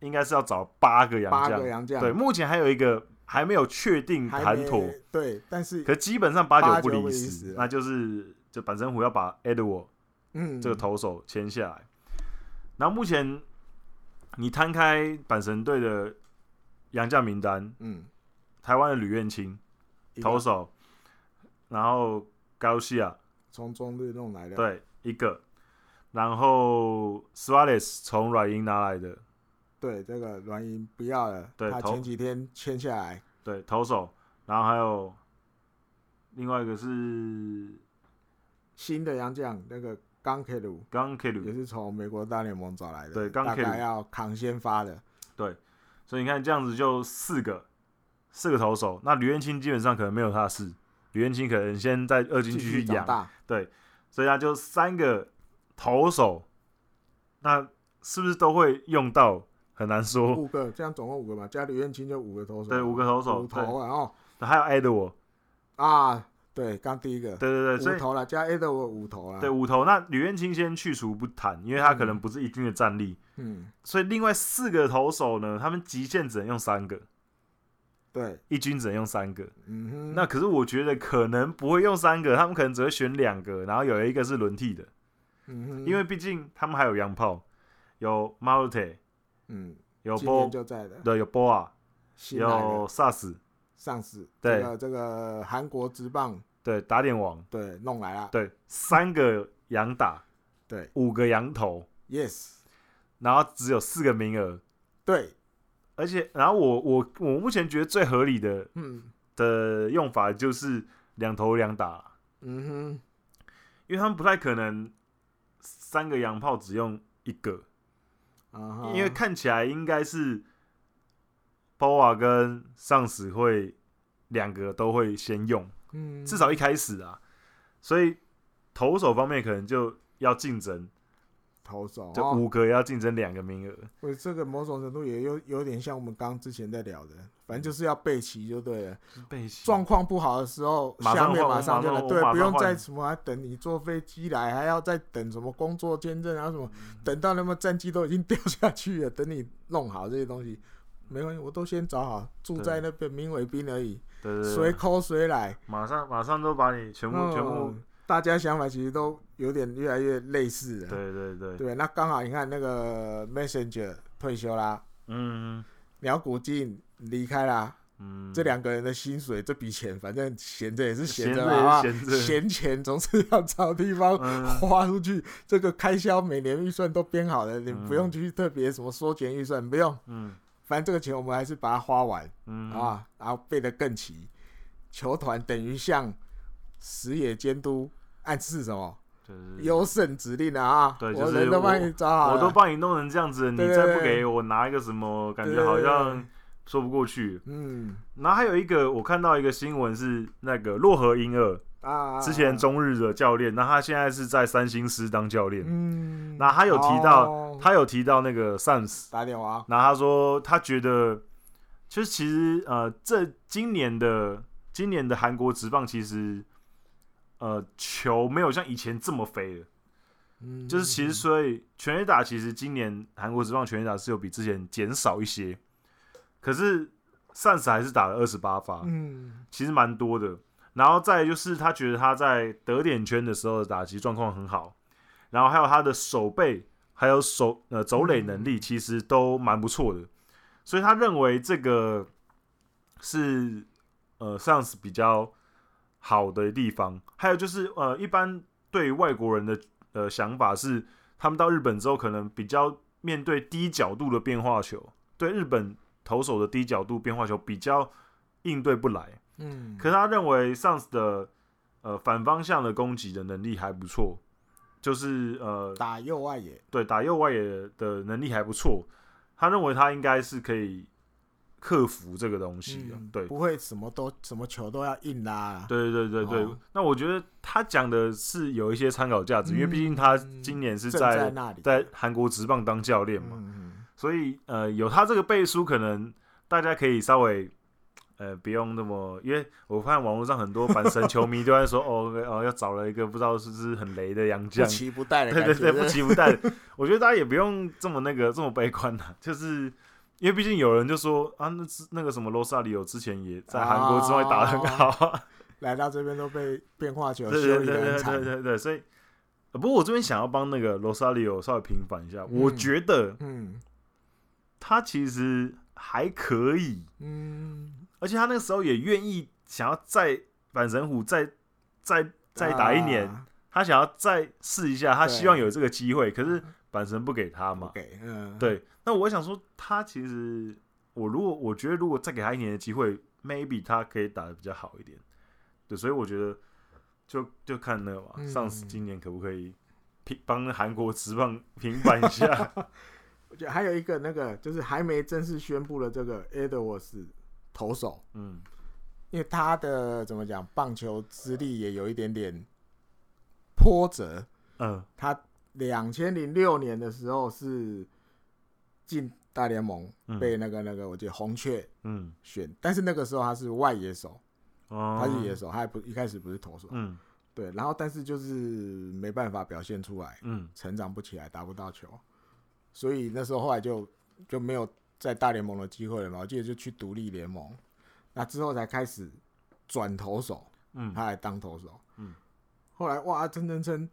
应该是要找八个洋八将个。杨将对，目前还有一个还没有确定还谈没妥，对，但是可基本上八九八九不不离离十十，那就是就板神虎要把 Edward 嗯，这个投手签下来。然后目前你摊开板神队的洋将名单，嗯，台湾的吕彦青一个投手，然后高西亚从中日弄来的，，对一个，然后 Suarez 从软银拿来的对，这个软银不要了，对他投前几天签下来，对投手，然后还有另外一个是新的杨将那个冈铁鲁 g u n k e l 也是从美国大联盟找来的，对刚大可以概要扛先发的，所以你看这样子就四个四个投手，那吕彦青基本上可能没有他的事，吕彦青可能先在二军继继续续长养，大，所以他就三个投手，那是不是都会用到？很难说。五个，这样总共五个嘛，加吕彦青就五个投手，对，五个投手五，头啊，哦对，还有 A 的我，啊，对，刚第一个对对对，所五以头了，加 A 的我五头了，对，五头。那吕彦青先去除不谈，因为他可能嗯不是一军的战力，嗯，所以另外四个投手呢，他们极限只能用三个，对，一军只能用三个。嗯哼，那可是我觉得可能不会用三个，他们可能只会选两个，然后有一个是轮替的，嗯哼，因为毕竟他们还有洋炮，有 Malute，嗯，有今年 Bo，就在的，对，有 Boa，新来的有 Sas，上市，对这个这个韩国职棒对，打点王，对弄来了，对，三个洋打， 对五个洋头， ，yes，然后只有四个名额，对，而且，然后我我我目前觉得最合理的嗯的用法就是两头两打，嗯哼，因为他们不太可能三个洋炮只用一个，啊哈，因为看起来应该是包瓦跟上司会两个都会先用，嗯至少一开始啊，所以投手方面可能就要竞争，投手就哦五个要竞争两个名额。我这个某种程度也有有点像我们刚之前在聊的，反正就是要备齐就对了。被洗状况不好的时候，马上下面换马上就马来，上对马上，不用换再什么、啊、等你坐飞机来，还要再等什么工作签证啊什么，嗯等到那么战机都已经 掉下去了，等你弄好这些东西，没关系，我都先找好，住对在那边民为宾而已，对对谁对，抠谁来。马上马上都把你全部、全部嗯，大家想法其实都有点越来越类似了。对对对，对，那刚好你看那个 Messenger 退休啦，嗯鸟谷进离开啦，嗯，这两个人的薪水，这笔钱，反正闲着也是闲着着嘛，也好不好闲着闲钱总是要找地方 嗯花出去。这个开销每年预算都编好了，你不用去特别什么缩减预算，不用，嗯反正这个钱我们还是把它花完嗯啊，然后备得更齐。球团等于向石野监督暗示什么就是优胜指令啊嗯啊！对就我是人都帮我你找好我了，都帮你弄成这样子，你啊对对再不对给我拿一个什么，感对觉对好对像说不过去。嗯然后还有一个，我看到一个新闻是那个洛河英二啊，之前中中日的教练，那他现在是在三星师当教练，嗯，那他有提到哦他有提到那个 Sans，打电话啊然后他说他觉得，就是其实呃，这今年的今年的韩国职棒其实呃球没有像以前这么飞了。嗯就是其实所以全垒打其实今年韩国职棒全垒打是有比之前减少一些，可是 Sans 还是打了二十八发，嗯其实蛮多的。然后再来就是他觉得他在得点圈的时候的打击状况很好，然后还有他的手背还有手呃走垒能力其实都蛮不错的，所以他认为这个是呃 Sans 比较好的地方。还有就是呃，一般对外国人的呃想法是，他们到日本之后可能比较面对低角度的变化球，对日本投手的低角度变化球比较应对不来。嗯，可是他认为 Sans 的呃反方向的攻击的能力还不错，就是呃打右外野，对打右外野的能力还不错，他认为他应该是可以克服这个东西的。嗯对，不会什么都什么球都要硬拉，，对对对对，哦那我觉得他讲的是有一些参考价值，因为毕竟嗯他今年是正在在那里，在韩国职棒当教练嘛，嗯，所以呃有他这个背书，可能大家可以稍微。呃，不用那么，因为我看网络上很多阪神球迷都在说，哦，哦，要找了一个不知道是不是很雷的洋不将，期不待的对感对觉，对，不急不待。我觉得大家也不用这么那个这么悲观呐、就是因为毕竟有人就说啊，那是那个什么罗萨里有之前也在韩国之外打得很好啊，来到这边都被变化球对哦修对理对的很对惨对，对对，所以。呃不过我这边想要帮那个罗萨里有稍微平反一下，我嗯觉得嗯他其实还可以，嗯，而且他那个时候也愿意想要再板神虎再再再打一年，啊他想要再试一下，他对嗯希望有这个机会，可是板神不给他嘛， ，OK，嗯，，对，那我想说，他其实我如果我觉得如果再给他一年的机会，maybe 他可以打的比较好一点。对，所以我觉得就就看那个嘛，嗯上司今年可不可以平帮韩国职棒平反一下？ 我觉得还有一个那个就是还没正式宣布了这个 Edwards 投手，嗯，因为他的怎么讲，棒球资历也有一点点波折，嗯他两千零六年的时候是进大联盟，嗯被那个那个我记得红雀嗯，选，但是那个时候他是外野手，哦，他是野手，他还不一开始不是投手，嗯对，然后但是就是没办法表现出来，嗯成长不起来，打不到球，所以那时候后来就就没有在大联盟的机会了嘛，我记得就去独立联盟，那之后才开始转投手，嗯他来当投手。嗯，后来哇，真真真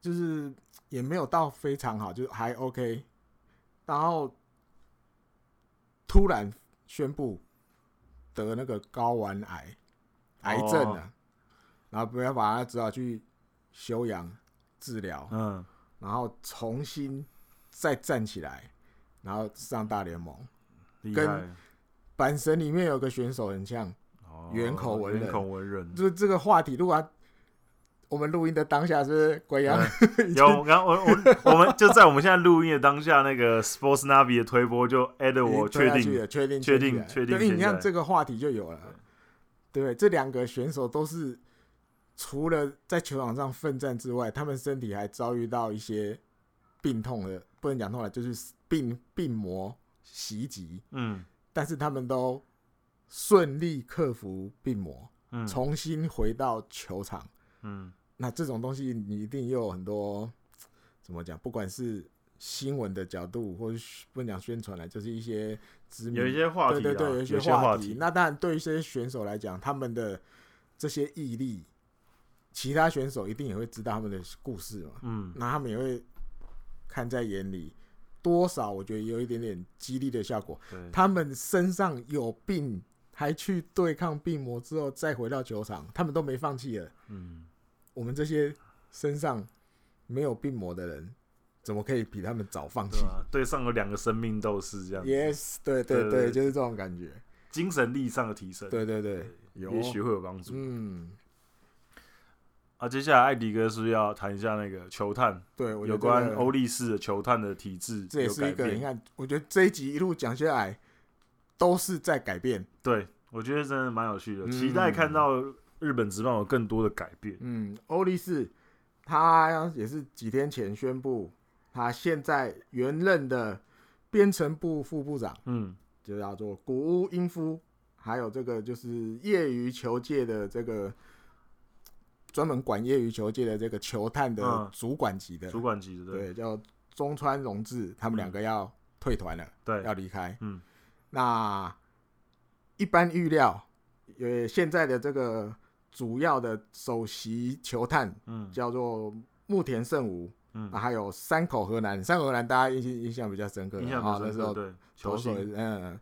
就是也没有到非常好，就还 OK。然后突然宣布得那个睾丸癌癌症了，哦然后不要把他只好去休养治疗，嗯，然后重新再站起来，然后上大联盟。厉跟害。阪神里面有个选手很像，哦圆口文人圆口文人，就是这个话题，如果他我们录音的当下，是不是鬼啊阳、嗯 已经有，然后我我 我们就在我们现在录音的当下，那个 Sports Navi 的推播就 at 我已经推确啊下去定，了确定确定起来确定嗯对，选你起来看这个话题就有了，对不对？这两个选手都是除了在球场上奋战之外，他们身体还遭遇到一些病痛的，不能讲痛了，就是病病魔袭击，嗯但是他们都顺利克服病魔，嗯重新回到球场。嗯那这种东西你一定又有很多怎么讲？不管是新闻的角度，或是不能讲宣传了，就是一些知名有一些话题啊，对对对，有有一些话题，那当然，对于这些选手来讲，他们的这些毅力，其他选手一定也会知道他们的故事嘛，嗯那他们也会看在眼里。多少我觉得有一点点激励的效果。对，他们身上有病，还去对抗病魔之后，再回到球场，他们都没放弃了。嗯我们这些身上没有病魔的人，怎么可以比他们早放对弃、吧？对上有两个生命斗士这样 y e 子， s 对对对对，对就是这种感觉。精神力上的提升，对对对，有哦也许会有帮助。嗯，啊，接下来艾迪哥是不是要谈一下那个球探对，我觉得有关这个欧力士的球探的体制这也有是改一个你变，看，我觉得这一集一路讲下来都是在改变。对我觉得真的蛮有趣的，嗯期待看到日本职棒有更多的改变。嗯，欧力士他也是几天前宣布，他现在原任的编程部副部长嗯就叫做古屋英夫，还有这个就是业余球界的这个专门管业余球界的这个球探的嗯主管级的，主管级的，对嗯对，叫中川荣治，他们两个要退团了。对，要离开。嗯，那一般预料，呃，现在的这个主要的首席球探嗯叫做木田圣吾，嗯啊，还有山口河南，山口河南大家印象印象比较深刻印象啊，比那较时深刻，候对，球投手也星，是，嗯，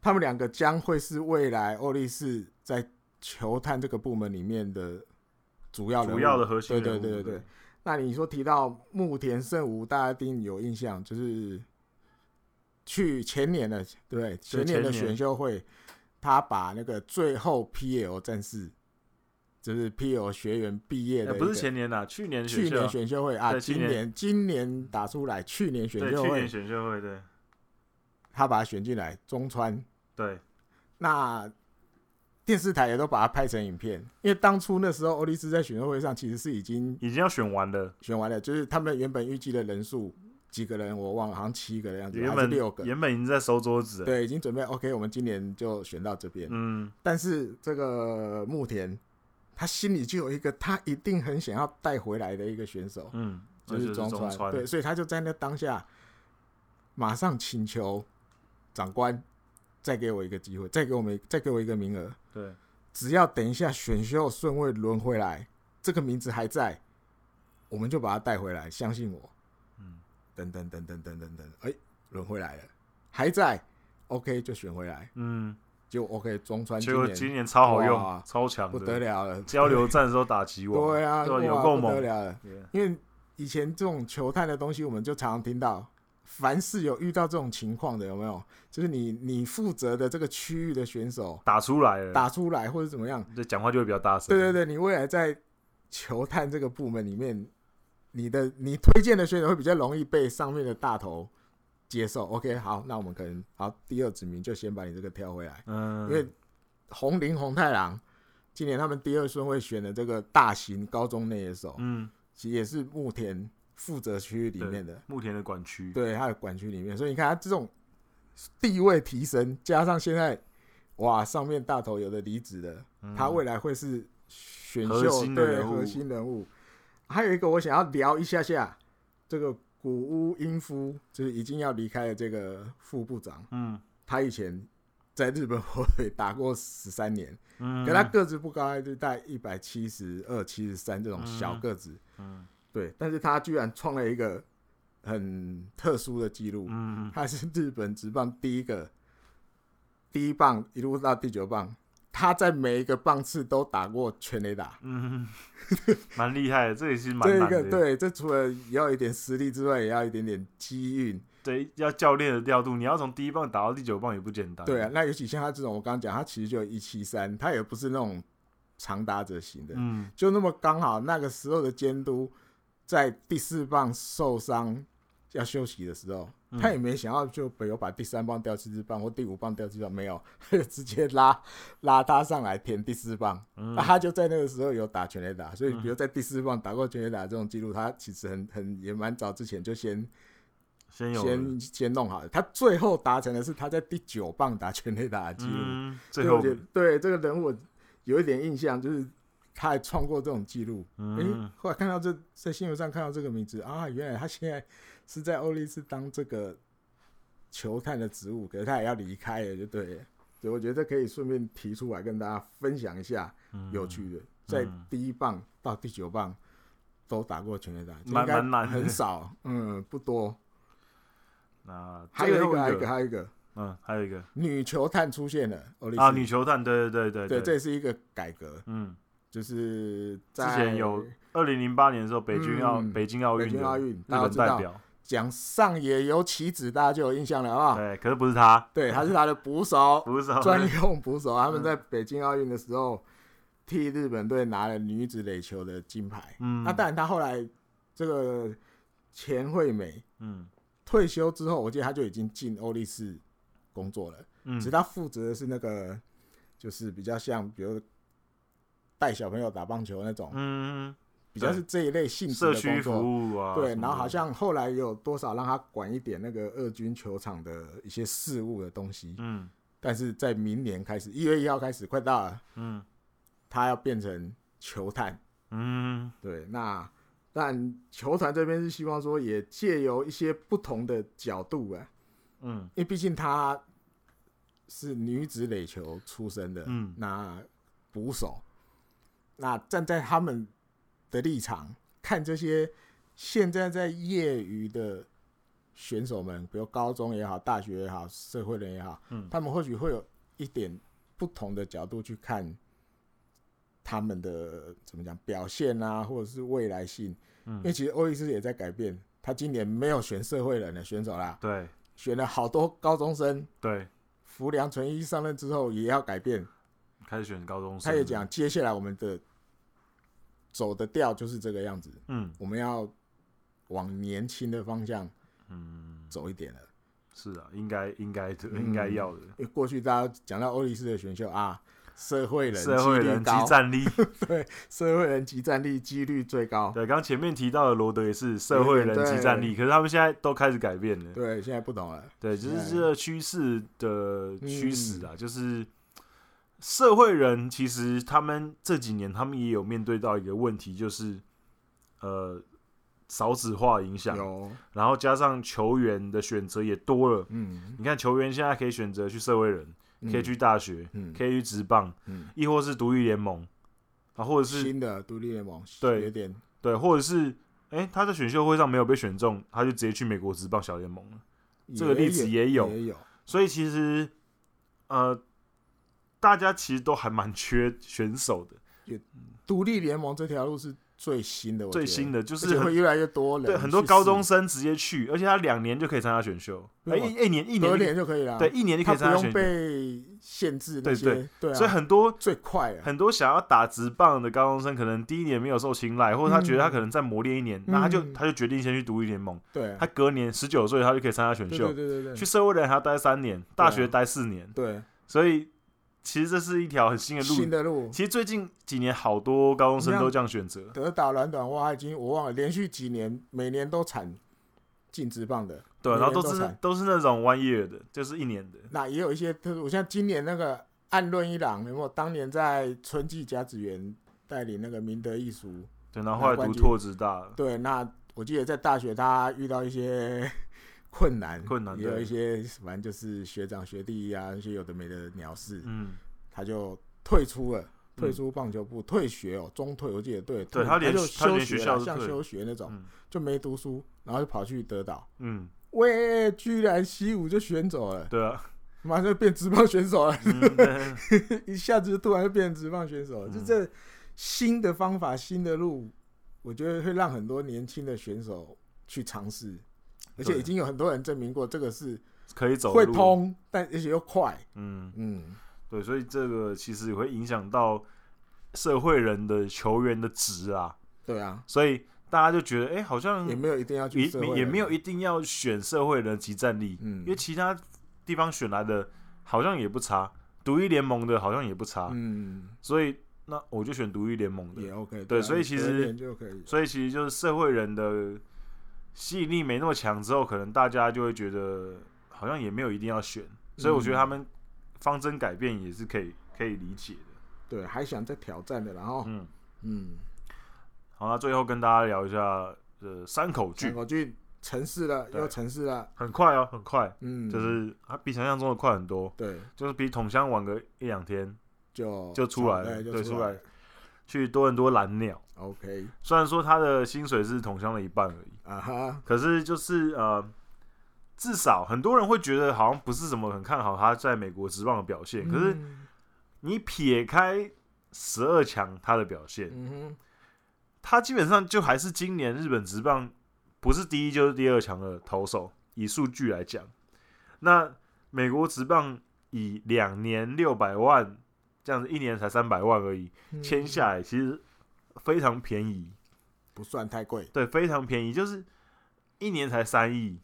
他们两个将会是未来欧力士在球探这个部门里面的主要人物主要的核心对对人物对对对对。那你说提到木田圣吾，大家一定有印象，就是去前年的对不对？前年的前年选秀会，他把那个最后 PL 战士，就是 PL 学员毕业哎的一个、不是前年啦，去年选去秀年啊，选秀会啊，对今去年年今年打出来，去年选对，秀去年会选秀会，对他把他选进来，中川对，那电视台也都把它拍成影片，因为当初那时候欧力士在选秀会上其实是已经已经要选完了，选完了，就是他们原本预计的人数几个人我忘了，好像七个的样子，原还是本六个，原本已经在收桌子了，对，已经准备 OK，我们今年就选到这边。嗯，但是这个木田他心里就有一个他一定很想要带回来的一个选手，嗯，就那是中中川，对，所以他就在那当下马上请求长官再给我一个机会，再给我们再给我一个名额。对，只要等一下选秀顺位轮回来，这个名字还在，我们就把它带回来，相信我。嗯，等等等等等等等，哎、轮回来了，还在，OK 就选回来，嗯，就 OK 中川结今果年今年超好哇用，超强不得的，了了，交流战的时候打击我，对啊，对啊有哇够不得猛了了，对因为以前这种球探的东西，我们就常常听到。凡是有遇到这种情况的，有没有？就是你你负责的这个区域的选手打出来了，打出来或者怎么样，这讲话就会比较大声，对对对，你未来在球探这个部门里面，你的你推荐的选手会比较容易被上面的大头接受。OK，好，那我们可能好第二指名就先把你这个挑回来，嗯，因为红林红太狼今年他们第二顺位选的这个大型高中内野手，嗯，其实也是木田负责区域里面的，木田的管区，对他的管区里面，所以你看他这种地位提升，加上现在哇上面大头有的离职了。嗯他未来会是选核秀心的对人物核心人物。还有一个我想要聊一下下，这个古屋英夫就是已经要离开的这个副部长，嗯他以前在日本火腿打过十三年，嗯，可他个子不高，就大概一百七十二、七十三这种小个子，嗯对，但是他居然创了一个很特殊的记录，嗯他是日本职棒第一个，第一棒一路到第九棒，他在每一个棒次都打过全垒打。嗯，蛮厉害的，这也是蛮这一难个的，对，这除了要一点实力之外，也要一点点机运。对要教练的调度，你要从第一棒打到第九棒也不简单。对啊，，那尤其像他这种，我刚刚讲，他其实就一七三，他也不是那种长打者型的，嗯，就那么刚好那个时候的监督在第四棒受伤要休息的时候，嗯他也没想要就没有把第三棒调去四棒或第五棒调去棒，没有， 他就直接拉拉他上来填第四棒，啊嗯那、他就在那个时候有打全垒打，所以比如在第四棒打过全垒打这种记录，他其实很很也蛮早之前就先先有了先先弄好了，他最后达成的是他在第九棒打全垒打的记录。嗯，所最以后我觉得对这个人我有一点印象，就是他还创过这种记录。诶，嗯后来看到这在新闻上看到这个名字啊，原来他现在是在欧力士当这个球探的职务，可是他也要离开了，就对了。所以我觉得这可以顺便提出来跟大家分享一下嗯有趣的，在第一棒到第九棒都打过全垒打，这蛮应该蛮难的很少，嗯，不多。那还有最一后个，还一有一个，还有一个嗯，还有一个女球探出现了，欧力士啊，女球探，对对对对，对这也是一个改革，嗯，就是之在前有二零零八年的时候，北京奥嗯北京奥北运京奥的日运，大家本知代道表，讲上野由棋子，大家就有印象了啊。对，可是不是他，对，他是他的捕手，不是他专用捕手。嗯他们在北京奥运的时候替日本队拿了女子垒球的金牌。 嗯，那当然，他后来这个钱惠美嗯退休之后，我记得他就已经进欧力士工作了。嗯只是他负责的是那个，就是比较像，比如带小朋友打棒球那种，嗯，比较是这一类性质社的区工作。服务啊，对，什么然后好的像后来有多少让他管一点那个二军球场的一些事务的东西，嗯但是在明年开始，一月一号开始，快到了，嗯他要变成球探。嗯对，那但球团这边是希望说，也借由一些不同的角度啊，嗯因为毕竟她是女子垒球出身的，嗯那捕手，那站在他们的立场看这些现在在业余的选手们，比如高中也好，大学也好，社会人也好，嗯他们或许会有一点不同的角度去看他们的怎么讲表现啊，或者是未来性，嗯因为其实欧力士也在改变。他今年没有选社会人的选手啦，对选了好多高中生。对，福良纯一上任之后也要改变，开始选高中生，他也，讲，接下来我们的走的调就是这个样子，嗯我们要往年轻的方向嗯，走一点了。是啊，应该应该的，应该嗯要的。因为过去大家讲到欧力士的选秀啊，社会人社会几率人及高，战力， 社会人集战力几率最高。对，刚前面提到的罗德也是社会人及战力，可是他们现在都开始改变了，对，现在不懂了。对，就是现在嗯这个趋势的驱使啊，就是社会人其实他们这几年他们也有面对到一个问题，就是呃少子化影响，有，然后加上球员的选择也多了，嗯，你看球员现在可以选择去社会人，可以去大学，嗯，嗯，可以去职棒，嗯，亦或是独立联盟啊，或者是新的独立联盟，对有点对，或者是哎、诶他在选秀会上没有被选中，他就直接去美国职棒小联盟了。这个也例子也也有也有，所以其实呃，大家其实都还蛮缺选手的。独立联盟这条路是最新的，我最觉得新的就而且是很会越来越多人去对试，很多高中生直接去，而且他两年就可以参加选秀，哎、对嘛一一年一年就隔可以年就可以了，对，一年就可以参他不加选用秀。被限制那对些，对啊，所以很多最快啊了，很多想要打直棒的高中生，可能第一年没有受青睐，或者他觉得他可能再磨练一年，那他就嗯他就决定先去独立联盟。对啊，他隔年十九岁，他就可以参加选对秀对，对对去对，社会人还要待三年，大学对啊待四年。对所以其实这是一条很新的路。新的路，其实最近几年，好多高中生都这样选择。德岛软短袜已经我忘了连续几年每年都产禁止棒的，对，啊然后都每年是产，都是那种 one year 的，就是一年的。那也有一些特殊，我像今年那个暗论一郎，有没有？当年在春季甲子园带领那个明德艺术，对，然后后来读拓职大了，对，那我记得在大学他遇到一些 困难，困难也有对一些反正就是学长学弟啊，一些有的没的鸟事，嗯，他就退出了，退出棒球部，退学哦，中退，我记得对，对他连就他休连学学校了，都像退休学那种，嗯就没读书，然后就跑去德岛，嗯，喂，居然西武就选走了，对 啊，马上变职棒选手了， 嗯对一下子就突然就变成职棒选手了，就嗯这新的方法、新的路，我觉得会让很多年轻的选手去尝试，而且已经有很多人证明过这个是可以走会路，通，但而且又快。嗯，嗯，对，所以这个其实也会影响到社会人的球员的值啊，对啊，所以大家就觉得，哎、好像也没有一定要去也社会也没有人一定要选社会人的集战力，嗯因为其他地方选来的好像也不差，独一联盟的好像也不差，嗯所以那我就选独一联盟的也。OK 啊对啊所以其实你隔年就可以所以其实就是社会人的吸引力没那么强之后，可能大家就会觉得好像也没有一定要选，嗯所以我觉得他们方针改变也是可以可以理解的。对，还想再挑战的，然后嗯，嗯，好，那最后跟大家聊一下呃山口全俊，国去城市了，对又城市了，很快哦，很快，嗯，就是它比想象中的快很多，对，就是比桶箱晚个一两天就就出来了，对，对，就出来来了去多伦多蓝鸟。 OK 虽然说他的薪水是桶箱的一半而已，啊哈，可是就是呃，至少很多人会觉得好像不是什么很看好他在美国职棒的表现。可是嗯你撇开十二强他的表现，嗯哼，他基本上就还是今年日本职棒不是第一就是第二强的投手，以数据来讲。那美国职棒以两年六百万这样子，一年才三百万而已，嗯签下来其实非常便宜。不算太贵，对，非常便宜，就是一年才三亿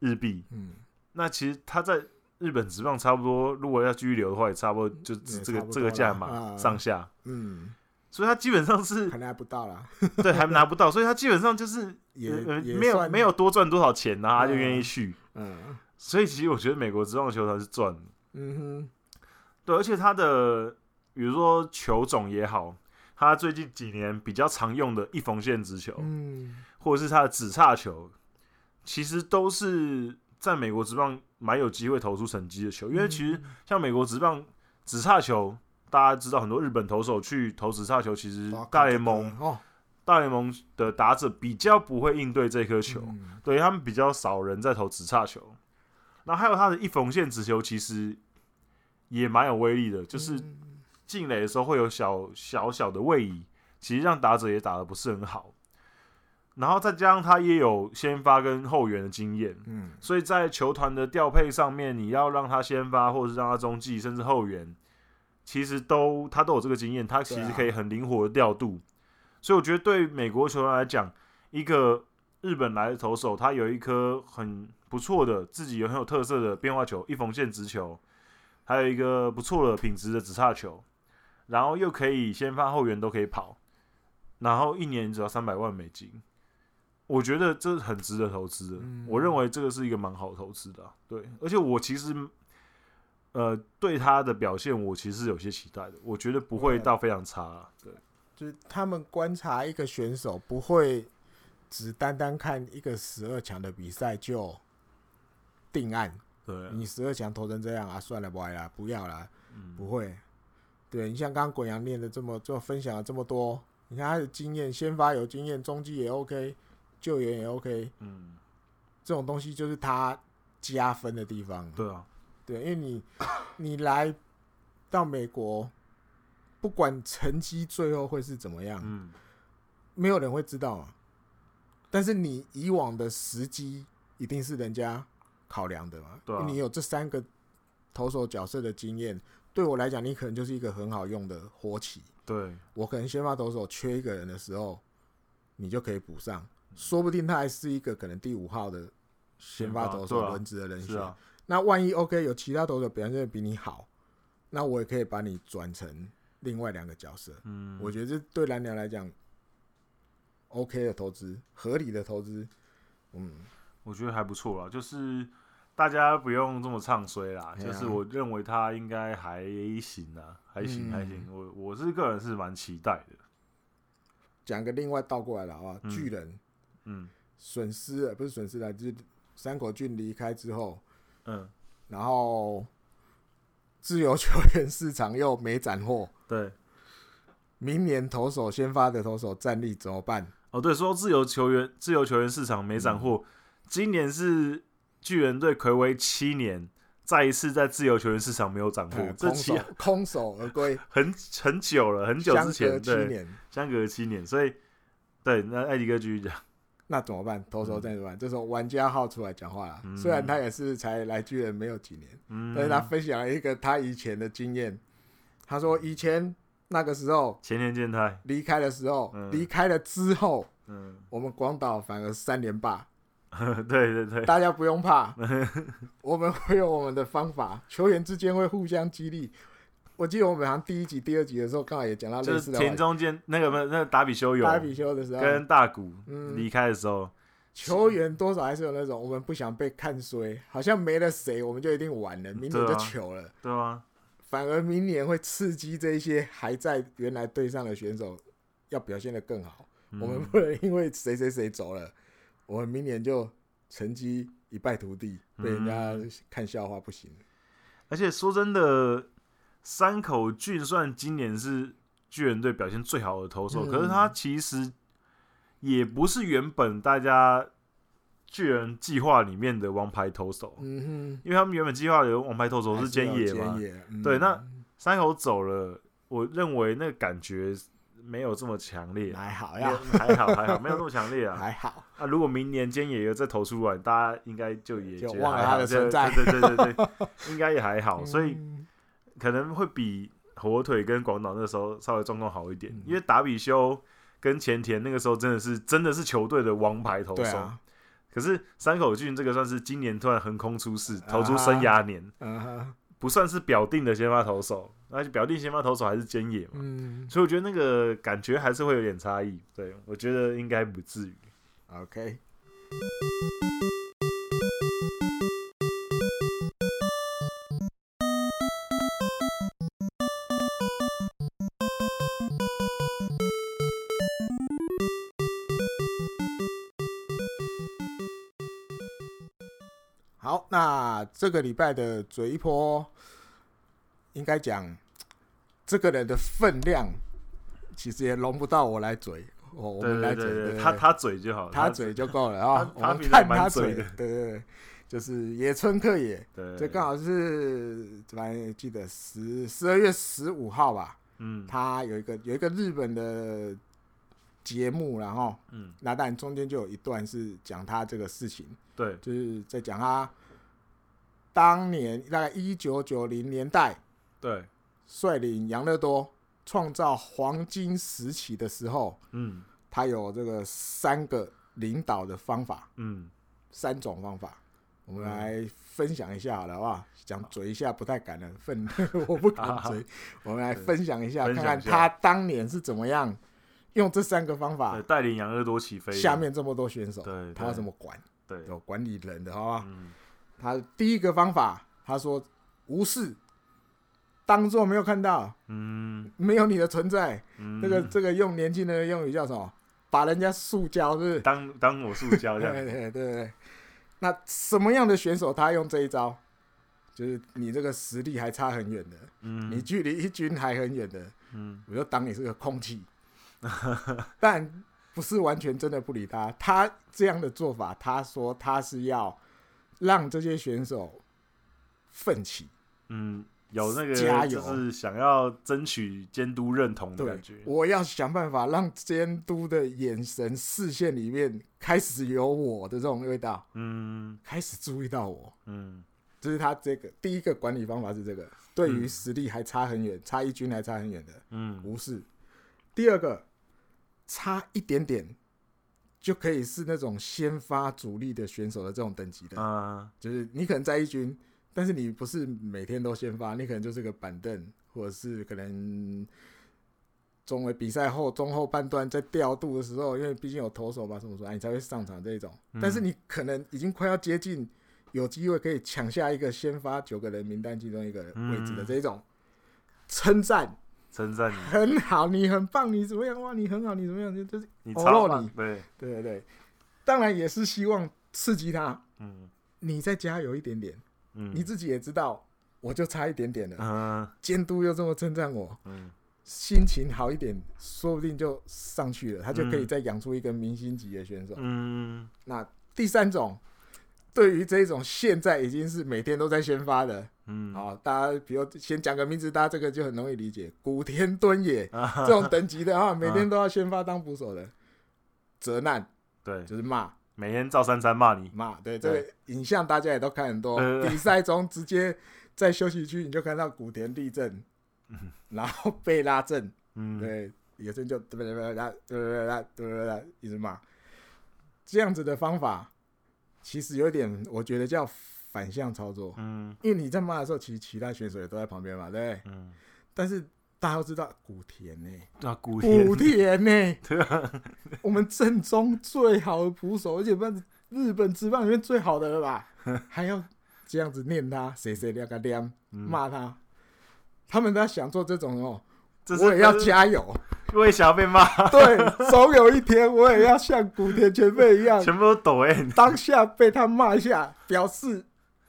日币。嗯，那其实他在日本职棒差不多，如果要继续留的话，也差不多就也这个差不这个多价啦码啊上下，嗯，所以他基本上是可能还不到啦，对还拿不到，所以他基本上就是也呃也没有算没有，多赚多少钱然后他就愿意嗯续。嗯所以其实我觉得美国职棒球团是赚的，嗯对，而且他的比如说球种也好，他最近几年比较常用的一缝线直球，哼，嗯，或者是他的指叉球，其实都是在美国职棒蛮有机会投出成绩的球。因为其实嗯像美国职棒指叉球，大家知道很多日本投手去投指叉球，其实哇大看联这个盟哦，大联盟的打者比较不会应对这颗球，嗯对他们比较少人在投直叉球。然后还有他的一缝线直球，其实也蛮有威力的，就是嗯进垒的时候会有小小小的位移，其实让打者也打得不是很好。然后再加上他也有先发跟后援的经验，嗯所以在球团的调配上面，你要让他先发，或者是让他中继，甚至后援，其实都他都有这个经验，他其对实啊可以很灵活的调度。所以我觉得对美国球员来讲，一个日本来的投手，他有一颗很不错的、自己有很有特色的变化球、一缝线直球，还有一个不错的品质的直叉球，然后又可以先发后援都可以跑，然后一年只要三百万美金，我觉得这很值得投资的。嗯我认为这个是一个蛮好的投资的啊、对，而且我其实。呃，对他的表现，我其实是有些期待的。我觉得不会到非常差啊、对，就是他们观察一个选手，不会只单单看一个十二强的比赛就定案。对啊，你十二强投成这样啊，算了，不啦，不要啦，嗯不会。对你像刚刚滚阳练的这么，就分享了这么多，你看他的经验，先发有经验，中继也 OK，救援也 OK，嗯，这种东西就是他加分的地方。对啊，对，因为你 你来到美国，不管成绩最后会是怎么样，嗯，没有人会知道嘛。但是你以往的时机一定是人家考量的嘛。对啊因为你有这三个投手角色的经验，对我来讲，你可能就是一个很好用的活棋。对，我可能先发投手缺一个人的时候，你就可以补上，说不定他还是一个可能第五号的先发投对手啊轮值的人是选。啊，那万一 OK 有其他投手表现得比你好，那我也可以把你转成另外两个角色。嗯，我觉得这对蓝鸟来讲，OK 的投资，合理的投资，嗯，我觉得还不错啦，就是大家不用这么唱衰啦，对就啊是我认为他应该还行啊，还行嗯还行，我我是个人是蛮期待的，讲个另外倒过来了啊，嗯巨人嗯损失了，不是损失了，就是山口俊离开之后，嗯，然后自由球员市场又没斩获，对，明年投手先发的投手战力怎么办？哦对，说到自由球员自由球员市场没嗯斩获，今年是巨人队魁违七年。再一次在自由球员市场没有斩获哎，哦 这空手期空手而归，很很久了，很久相之隔前，七对，年，相隔了七年，所以对，那艾迪哥继续讲，那怎么办？投手战怎么办？这时候玩家号出来讲话了。嗯虽然他也是才来巨人没有几年，嗯，但是他分享了一个他以前的经验。他说以前那个时候前田健太，离开的时候，嗯离、开了之后，嗯， 我们广岛反而三连霸，对对对，大家不 用怕，我们会有我们的方法，球员之间会互相激励。我记得我们好像第一集、第二集的时候，刚好也讲到就类是似的田话。中健那个不是那个达比修有打比修的时候，跟大谷嗯离开的时候，球员多少还是有那种我们不想被看衰，好像没了谁我们就一定完了，明年对就啊糗了。对啊，反而明年会刺激这一些还在原来队上的选手要表现得更好。嗯我们不能因为谁谁谁走了，我们明年就成绩一败涂地，被人家看笑话不行。而且说真的，山口俊算今年是巨人队表现最好的投手，嗯可是他其实也不是原本大家巨人计划里面的王牌投手，嗯因为他们原本计划的王牌投手哼，是菅野嘛还，是有菅野，嗯对那山口走了，我认为那个感觉没有这么强烈。还好没有呀，还好还好，没有那么强烈啊。还好， 啊，如果明年菅野又再投出来，大家应该就也就觉得忘了还他好的就存在对对对对对， 应该也还好，所以嗯可能会比火腿跟广岛那时候稍微状况好一点，嗯因为达比修跟前田那个时候真的是真的是球队的王牌投对手，啊，可是山口俊这个算是今年突然横空出世，啊投出生涯年，嗯哼不算是表定的先发投手，那就表定先发投手还是菅野嘛，嗯所以我觉得那个感觉还是会有点差异，对我觉得应该不至于。 ，OK，好，那这个礼拜的嘴一波，应该讲这个人的分量，其实也容不到我来嘴，我我对们来对嘴，对对对，他他嘴就好，他嘴就够了啊，我他们平常看蛮他嘴嘴的，对对对，就是野村克也，对，这刚好是反正记得十十二月十五号吧，嗯他有一个有一个日本的节目，然后嗯那当然中间就有一段是讲他这个事情，对，就是在讲他当年大概一九九零年代对，率领养乐多创造黄金时期的时候，嗯他有这个三个领导的方法，嗯，三种方法，我嗯们来分享一下好了，好不好？讲嘴一下不太敢了，分 我不敢 嘴，我们来分享一下，分看享看一下他当年是怎么样用这三个方法对，，带领养乐多起飞的，啊下面这么多选手，对，他要怎么么管，对，有管理人的，好不好？嗯他第一个方法，他说无视，当做没有看到，嗯没有你的存在。嗯，这个这个用年轻人的用语叫什么？把人家塑胶是不是？当当我塑胶这 样，对对对对，那什么样的选手他用这一招？就是你这个实力还差很远的，嗯，你距离一军还很远的，嗯我就当你是个 空气。但不是完全真的不理他，他这样的做法，他说他是要让这些选手奋起。嗯有那个加就油是想要争取监督认同的对感觉，，我要想办法让监督的眼神视线里面开始有我的这种味道，嗯开始注意到我。嗯这是他这个第一个管理方法是这个，对于实力还差很远，差一军还差很远的嗯无视。第二个，差一点点就可以是那种先发主力的选手的这种等级的，啊就是你可能在一军，但是你不是每天都先发，你可能就是个板凳，或者是可能中为比赛后中后半段在调度的时候，因为毕竟有投手嘛什么说，哎，你才会上场这一种。嗯但是你可能已经快要接近有机会可以抢下一个先发九个人名单其中一个位置的这一种。称赞称赞你，很好，你很棒，你怎么样哇？你很好，你怎么样？就就是你哦超肉棒你对，对对对，当然也是希望刺激他，嗯你再加油一点点，嗯，你自己也知道，我就差一点点了。嗯监督又这么称赞我，嗯心情好一点，说不定就上去了，他就可以嗯再养出一个明星级的选手。嗯那第三种，对于这种现在已经是每天都在先发的，嗯，好、大家比如先讲个名字，大家这个就很容易理解，古田敦也啊哦这种等级的啊，每天都要先发当捕手的，责难对，就是骂每天赵珊珊骂你，骂。对，这个影像大家也都看很多呃，比赛中直接在休息区你就看到古田立正，然后贝拉正，嗯，对，有些人就对对对对对对对对一直骂，这样子的方法其实有点，我觉得叫反向操作，嗯因为你在骂的时候，其实其他选手也都在旁边嘛，对不对？嗯，但是大家都知道古田呢、对啊，古天古田呢、 啊我们正宗最好的捕手，而且不是日本职棒里面最好的 了吧？还要这样子念他，谁谁那个念嗯骂他，他们在想做这种哦，这是我也要这是加油。我也想要被骂， 对，总有一天我也要像古田前辈一样，全部都抖欸 N，当下被他骂一下，表示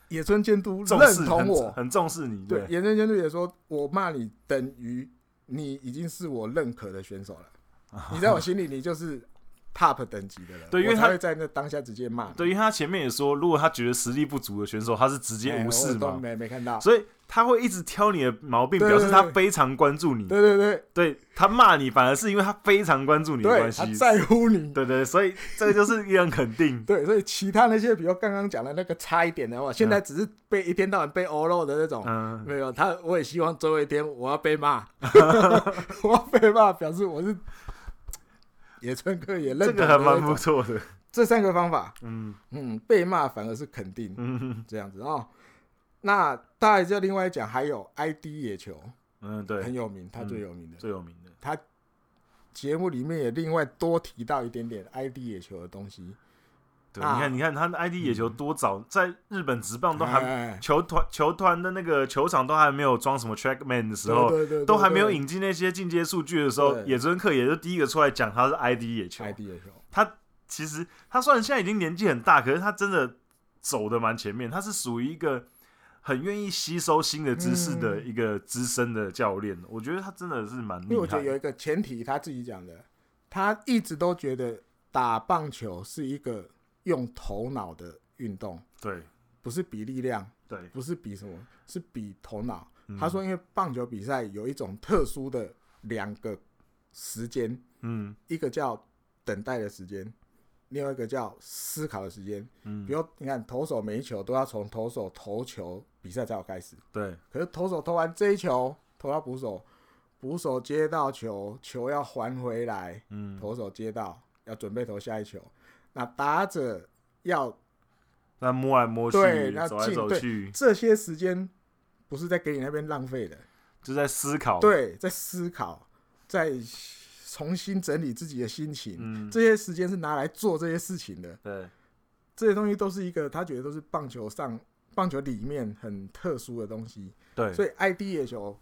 野村监督重视认同很我。很重视你，对对，，野村监督也说，我骂你等于你已经是我认可的选手了，你在我心里你就是 top 等级的了。啊对因为我他才会在那当下直接骂你。对，因为他前面也说，如果他觉得实力不足的选手，他是直接哎，无视我都嘛，没没看到。所以他会一直挑你的毛病，对表示他对对非常关注你。对对对对他骂你，反而是因为他非常关注你的对，关系他。在乎你。。对对，所以这个就是一人肯定 对，所以其他那些，比如刚刚讲的那个差一点的话，现在只是被一天到晚被欧露的那种，嗯，没有他，我也希望总有一天我要 被骂，我要被骂，表示我是野村哥也认这同个还蛮的不那种错的。这三个方法，嗯嗯，被骂反而是肯定、嗯这样子哦。那大家就另外讲，还有 ID 野球嗯，很对，有名，他最有名的、最有名的。节目里面也另外多提到一点点 ID 野球的东西，对，啊嗯你看，你看他的 ID 野球多早，在日本职棒都还哎球团球团的那个球场都还没有装什么 TrackMan 的时候，对对对都还没有对引进那些进阶数据的时候，对野村克也就第一个出来讲他是 ID 野球。 ID 野球，他其实他虽然现在已经年纪很大，可是他真的走的蛮前面，他是属于一个很愿意吸收新的知识的一个资深的教练。我觉得他真的是蛮嗯因为厉我害觉得有的。一个前提，他自己讲的，他一直都觉得打棒球是一个用头脑的运动，对不是比力量，对，不是比什么，是比头脑。嗯他说，因为棒球比赛有一种特殊的两个时间，嗯一个叫等待的时间，另外一个叫思考的时间。比嗯，如你看，投手每一球都要从投手投球比赛才有开始，对，可是投手投完这一球，投到捕手，捕手接到球，球要还回来，嗯，投手接到要准备投下一球，那打者要那摸来摸去对，那走来进走对去，这些时间不是在给你那边浪费的，就在思考。，对，在思考，在重新整理自己的心情，嗯，这些时间是拿来做这些事情的，对，这些东西都是一个他觉得都是棒球上棒球里面很特殊的东西，所对，以 ID 野球，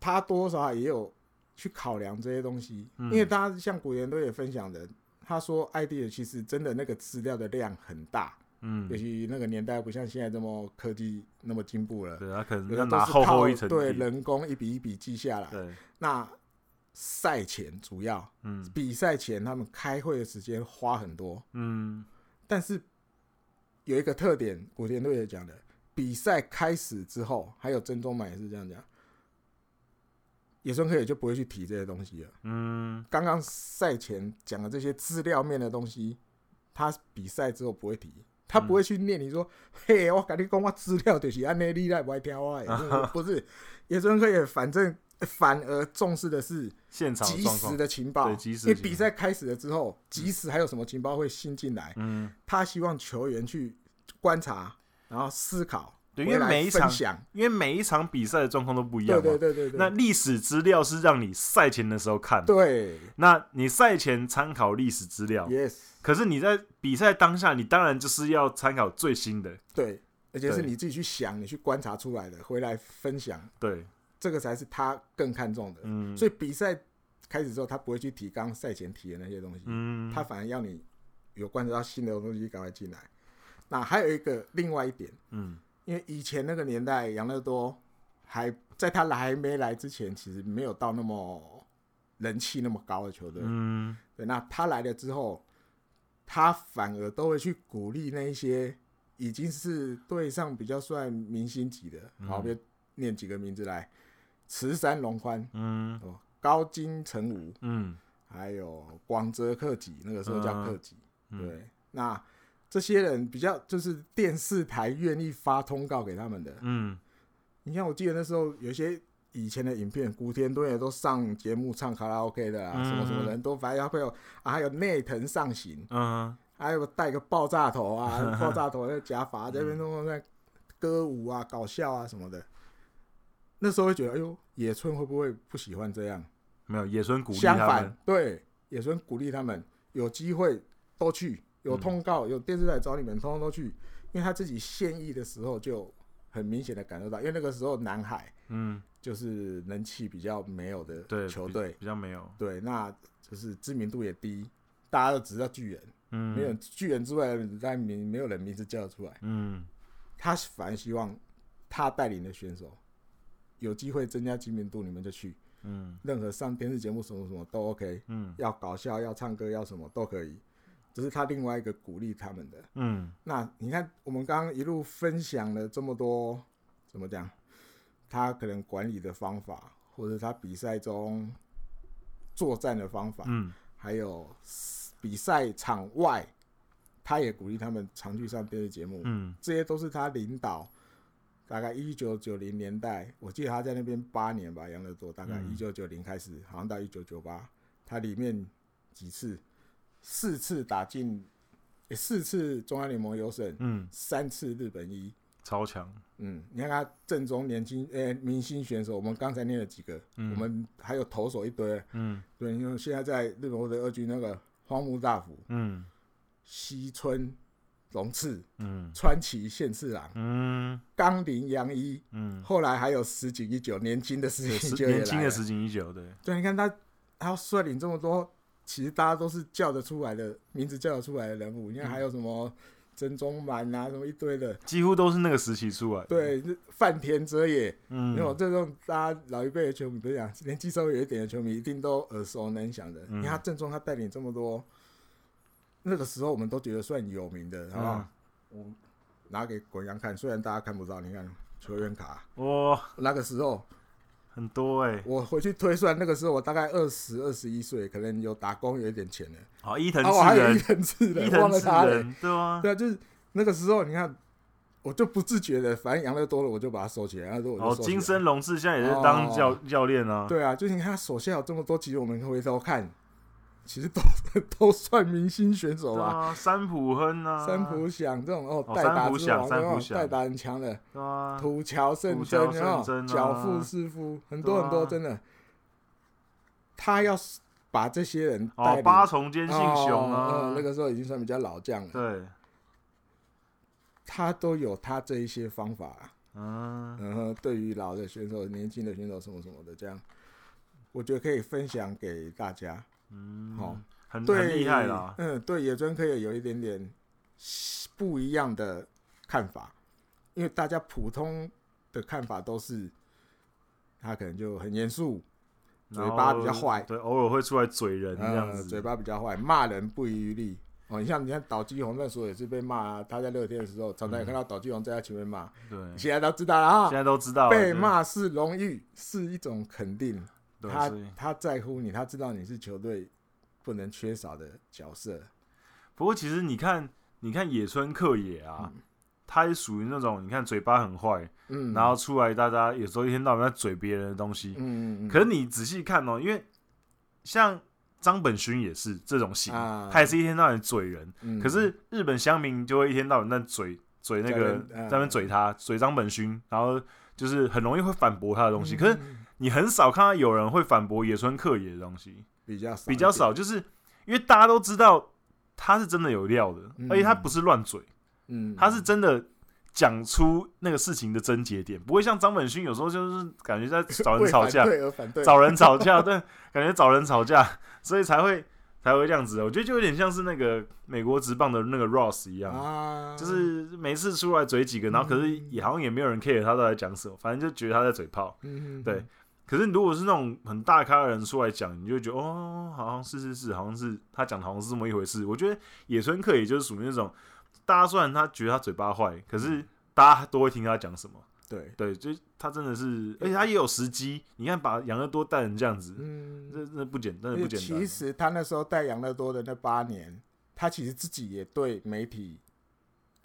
他多少也有去考量这些东西，嗯因为大家像古元都也分享的，他说 ID 野其实真的那个资料的量很大，嗯尤，其那个年代不像现在这么科技那么进步了，对，他可能有要的拿都是厚厚靠一层对纸人工一笔一笔记下来。对，那赛前主要嗯比赛前他们开会的时间花很多，嗯，但是有一个特点，古田队也讲的，比赛开始之后，还有曾宗满也是这样讲，野村克也就不会去提这些东西了。啊嗯，刚刚赛前讲的这些资料面的东西，他比赛之后不会提。他不会去念你说，嘿，我跟你讲，我资料就是安内利来不爱听我的，不是， 野村克也反正反而重视的是现场及状况时，的情报，对及时的因为情报比赛开始了之后，及时还有什么情报会新进来，嗯，他希望球员去观察，然后思考，对，因回为来每一分场享，因为每一场比赛的状况都不一样对嘛。对对对对，那历史资料是让你赛前的时候看，对那你赛前参考历史资料， ，yes，可是你在比赛当下，你当然就是要参考最新的。对，而且是对你自己去想，你去观察出来的，回来分享，对，这个才是他更看重的。嗯，所以比赛开始之后，他不会去提刚刚赛前提的那些东西，嗯，他反而要你有观察到新的东西，赶快进来。那还有一个另外一点。嗯因为以前那个年代，杨乐多还在他来还没来之前，其实没有到那么人气那么高的球队。嗯对，那他来了之后，他反而都会去鼓励那一些已经是队上比较算明星级的，好，嗯别念几个名字来：池山龙宽、嗯哦、高金成武嗯还有广泽克己，那个时候叫嗯克己。嗯对，那这些人比较就是电视台愿意发通告给他们的。嗯你像我记得那时候有些以前的影片，古天乐也都上节目唱卡拉 OK 的啦，啊嗯什么什么人都，反正会有啊，还有内藤上行，嗯还有戴个爆炸 头啊，爆炸头那个假发在那边弄弄在歌舞啊、搞笑啊什么的。那时候会觉得，哎呦，野村会不会不喜欢这样？没有野村鼓励相他们反，，对野村鼓励他们有机会都去，嗯有通告、有电视台找你们，通通都去。因为他自己现役的时候就很明显的感受到，因为那个时候南海嗯，就是人气比较没有的对，球比队，比较没有，对，那就是知名度也低，大家都只知道巨人，嗯，没有巨人之外，但名没有人名字叫得出来。嗯他反而希望他带领的选手有机会增加知名度，你们就去，嗯任何上电视节目什么什么都 OK。嗯要搞笑、要唱歌、要什么都可以，只是他另外一个鼓励他们的。嗯那你看，我们刚刚一路分享了这么多，怎么讲？他可能管理的方法，或者他比赛中作战的方法，嗯还有比赛场外，他也鼓励他们常去上电视节目，嗯这些都是他领导。大概一九九零年代，我记得他在那边八年吧，养乐多。大概一嗯九九零开始，好像到一九九八，他里面几次，四次打进，诶四次中央联盟优胜，嗯，三次日本一。超强，嗯，你看他正宗年轻诶、明星选手，我们刚才念了几个，嗯我们还有投手一堆。嗯对，因为现在在日本或者二军那个荒木大辅、嗯西村隆次、嗯川崎宪次郎、嗯冈林洋一。 嗯，后来还有石井一九年轻的石对，井十就也年轻来了的石井一九，对，对，你看他他要率领这么多，其实大家都是叫得出来的名字叫得出来的人物。你看还有什么曾宗满啊，什么一堆的，几乎都是那个时期出来的，，对，这饭田哲也，因嗯为我这种大家老一辈的球迷，不是讲年纪稍微有一点的球迷，一定都耳熟能详的。嗯你看他正宗，他带领这么多，那个时候我们都觉得算有名的，好不好？嗯我拿给国阳看，虽然大家看不到，你看球员卡，哇，那个时候。很多哎，我回去推算，那个时候我大概二十二十一岁，可能有打工有一点钱了。好，伊藤啊，我还智有伊人，藤智人，伊忘藤了智他了。人，对啊，对啊，就是那个时候，你看，我就不自觉的，反正养乐多了，我就把它收起来。然后我就哦，收起来金森隆志现在也是当哦教教练啊，对啊，就是你看他手下有这么多，其实我们回头看，其实都 都算明星选手对吧。啊，山浦亨啊，三浦响这种哦，哦代打三浦之王，响三浦哦响代打很强的，对啊，土桥圣土真桥有没有圣真啊脚父师夫，很多对啊很多，真的。他要是把这些人带哦，领八重间信雄哦啊嗯，那个时候已经算比较老将了，对，他都有他这一些方法、嗯然后对于老的选手、年轻的选手什么什么的，这样我觉得可以分享给大家。嗯，好很对，很厉害啦，嗯，对野村可以有一点点不一样的看法，因为大家普通的看法都是他可能就很严肃，嘴巴比较然后坏对，偶尔会出来嘴人这样呃，子，嘴巴比较坏，骂人不遗余力。哦，你像你看岛基宏那时候也是被骂、啊，他在乐天的时候，常常也看到岛基宏在他前面骂，对， 现在都知道了嗯啊现。在都知道了被，骂是荣誉，是一种肯定。对，他所以他在乎你，他知道你是球队不能缺少的角色。不过其实你看，你看野村克也啊，他也属于那种你看嘴巴很坏，嗯，然后出来大家有时候一天到晚在嘴别人的东西，嗯嗯嗯，可是你仔细看哦，因为像张本勋也是这种型，啊他也是一天到晚嘴人，嗯可是日本乡民就会一天到晚在嘴嘴那个在那边啊在那边嘴他，嘴张本勋，然后就是很容易会反驳他的东西。嗯可是你很少看到有人会反驳野村克也的东西，比较少比较少，就是因为大家都知道他是真的有料的，嗯而且他不是乱嘴，一点，嗯，他是真的。讲出那个事情的症结点，不会像张本勋有时候就是感觉在找人为吵架反，对而反对，找人吵架，对，感觉找人吵架，所以才会才会这样子。我觉得就有点像是那个美国职棒的那个 Ross 一样，啊，就是每次出来嘴几个，然后可是也好像也没有人 care 他到底讲什么，反正就觉得他在嘴炮。嗯，嗯对，可是如果是那种很大咖的人出来讲，你就觉得哦，好像是是是，好像是他讲的好像是这么一回事。我觉得野村克嗯也就是属于那种，大家虽然他觉得他嘴巴坏，可是大家都会听他讲什么，对，对，就他真的是，而且他也有时机。你看，把养乐多带成这样子，嗯，这那不简单，真的不因为简单。啊其实他那时候带养乐多的那八年，他其实自己也对媒体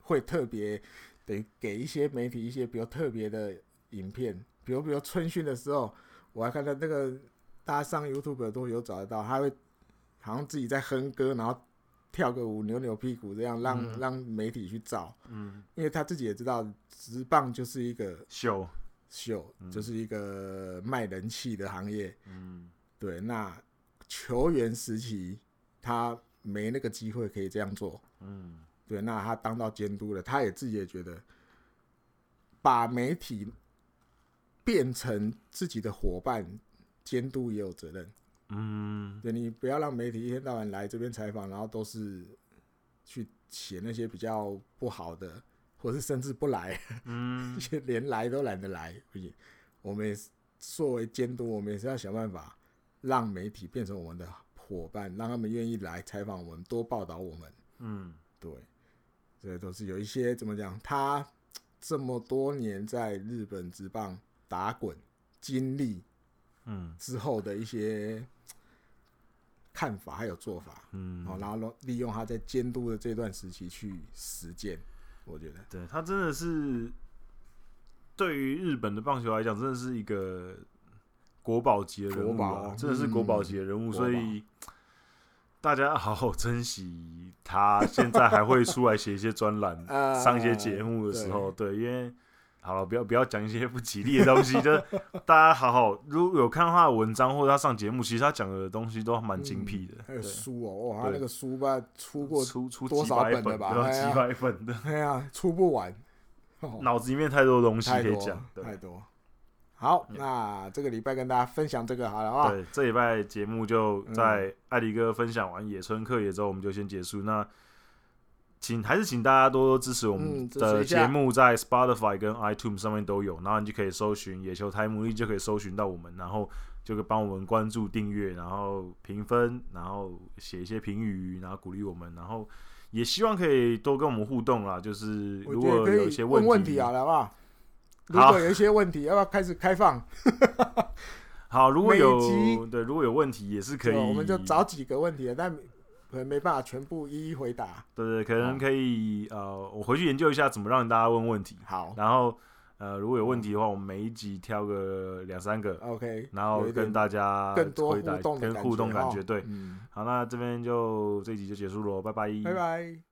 会特别得给一些媒体一些比较特别的影片，比如比如春训的时候，我还看到那个大家上 YouTube 都有找得到，他会好像自己在哼歌，然后跳个舞，扭扭屁股，这样让、嗯让媒体去找，嗯，因为他自己也知道直棒就是一个秀，秀，嗯就是一个卖人气的行业。嗯，对，那球员时期他没那个机会可以这样做。嗯，对，那他当到监督了，他也自己也觉得，把媒体变成自己的伙伴，监督也有责任。嗯，对你不要让媒体一天到晚来这边采访，然后都是去写那些比较不好的，或是甚至不来。嗯，且连来都懒得来，也我们也是作为监督，我们也是要想办法让媒体变成我们的伙伴，让他们愿意来采访我们，多报道我们。嗯，对，这都是有一些怎么讲，他这么多年在日本职棒打滚经历嗯，之后的一些看法还有做法，哦嗯，好、然后利用他在监督的这段时期去实践，我觉得。对他真的是对于日本的棒球来讲，真的是一个国宝级的人物、国宝啊，真的是国宝级的人物，嗯、所以大家好好珍惜他。现在还会出来写一些专栏 呃上一些节目的时候，对，因为。好了，不要不要讲一些不吉利的东西，就是 大家好好，如果有看他的文章或者他上节目，其实他讲的东西都蛮精辟的，还有对书哦，哇，他对那个书吧出过，出出多几少百本本的吧对哎呀几百本的， 哎呀，出不完，哦脑子里面太多东西太可以多讲，对太多。好，嗯那这个礼拜跟大家分享这个好了啊。嗯对，这礼拜节目就在艾迪哥分享完野村克也之后，我们就先结束。那请还是请大家多多支持我们嗯支持一的下节目，在 Spotify 跟 iTunes 上面都有，然后你就可以搜寻野球台姆利，就可以搜寻到我们，然后就可以帮我们关注、订阅，然后评分，然后写一些评语，然后鼓励我们，然后也希望可以多跟我们互动啦。就是我如觉得果可有一以些问问题啊好了，好不好？如好果有一些问题，要不要开始开放？好，如果每有集对如果有问题也是可以，对啊我们就找几个问题，但可能没办法全部一一回答。对对，可好能可以呃，我回去研究一下怎么让大家问问题，好然后呃，如果有问哦题的话，我们每一集挑个两三个， ，OK，然后哦有一点跟大家更多回答互动的跟互动感感觉。觉哦，对，嗯，好，那这边就这一集就结束喽，拜拜，拜拜。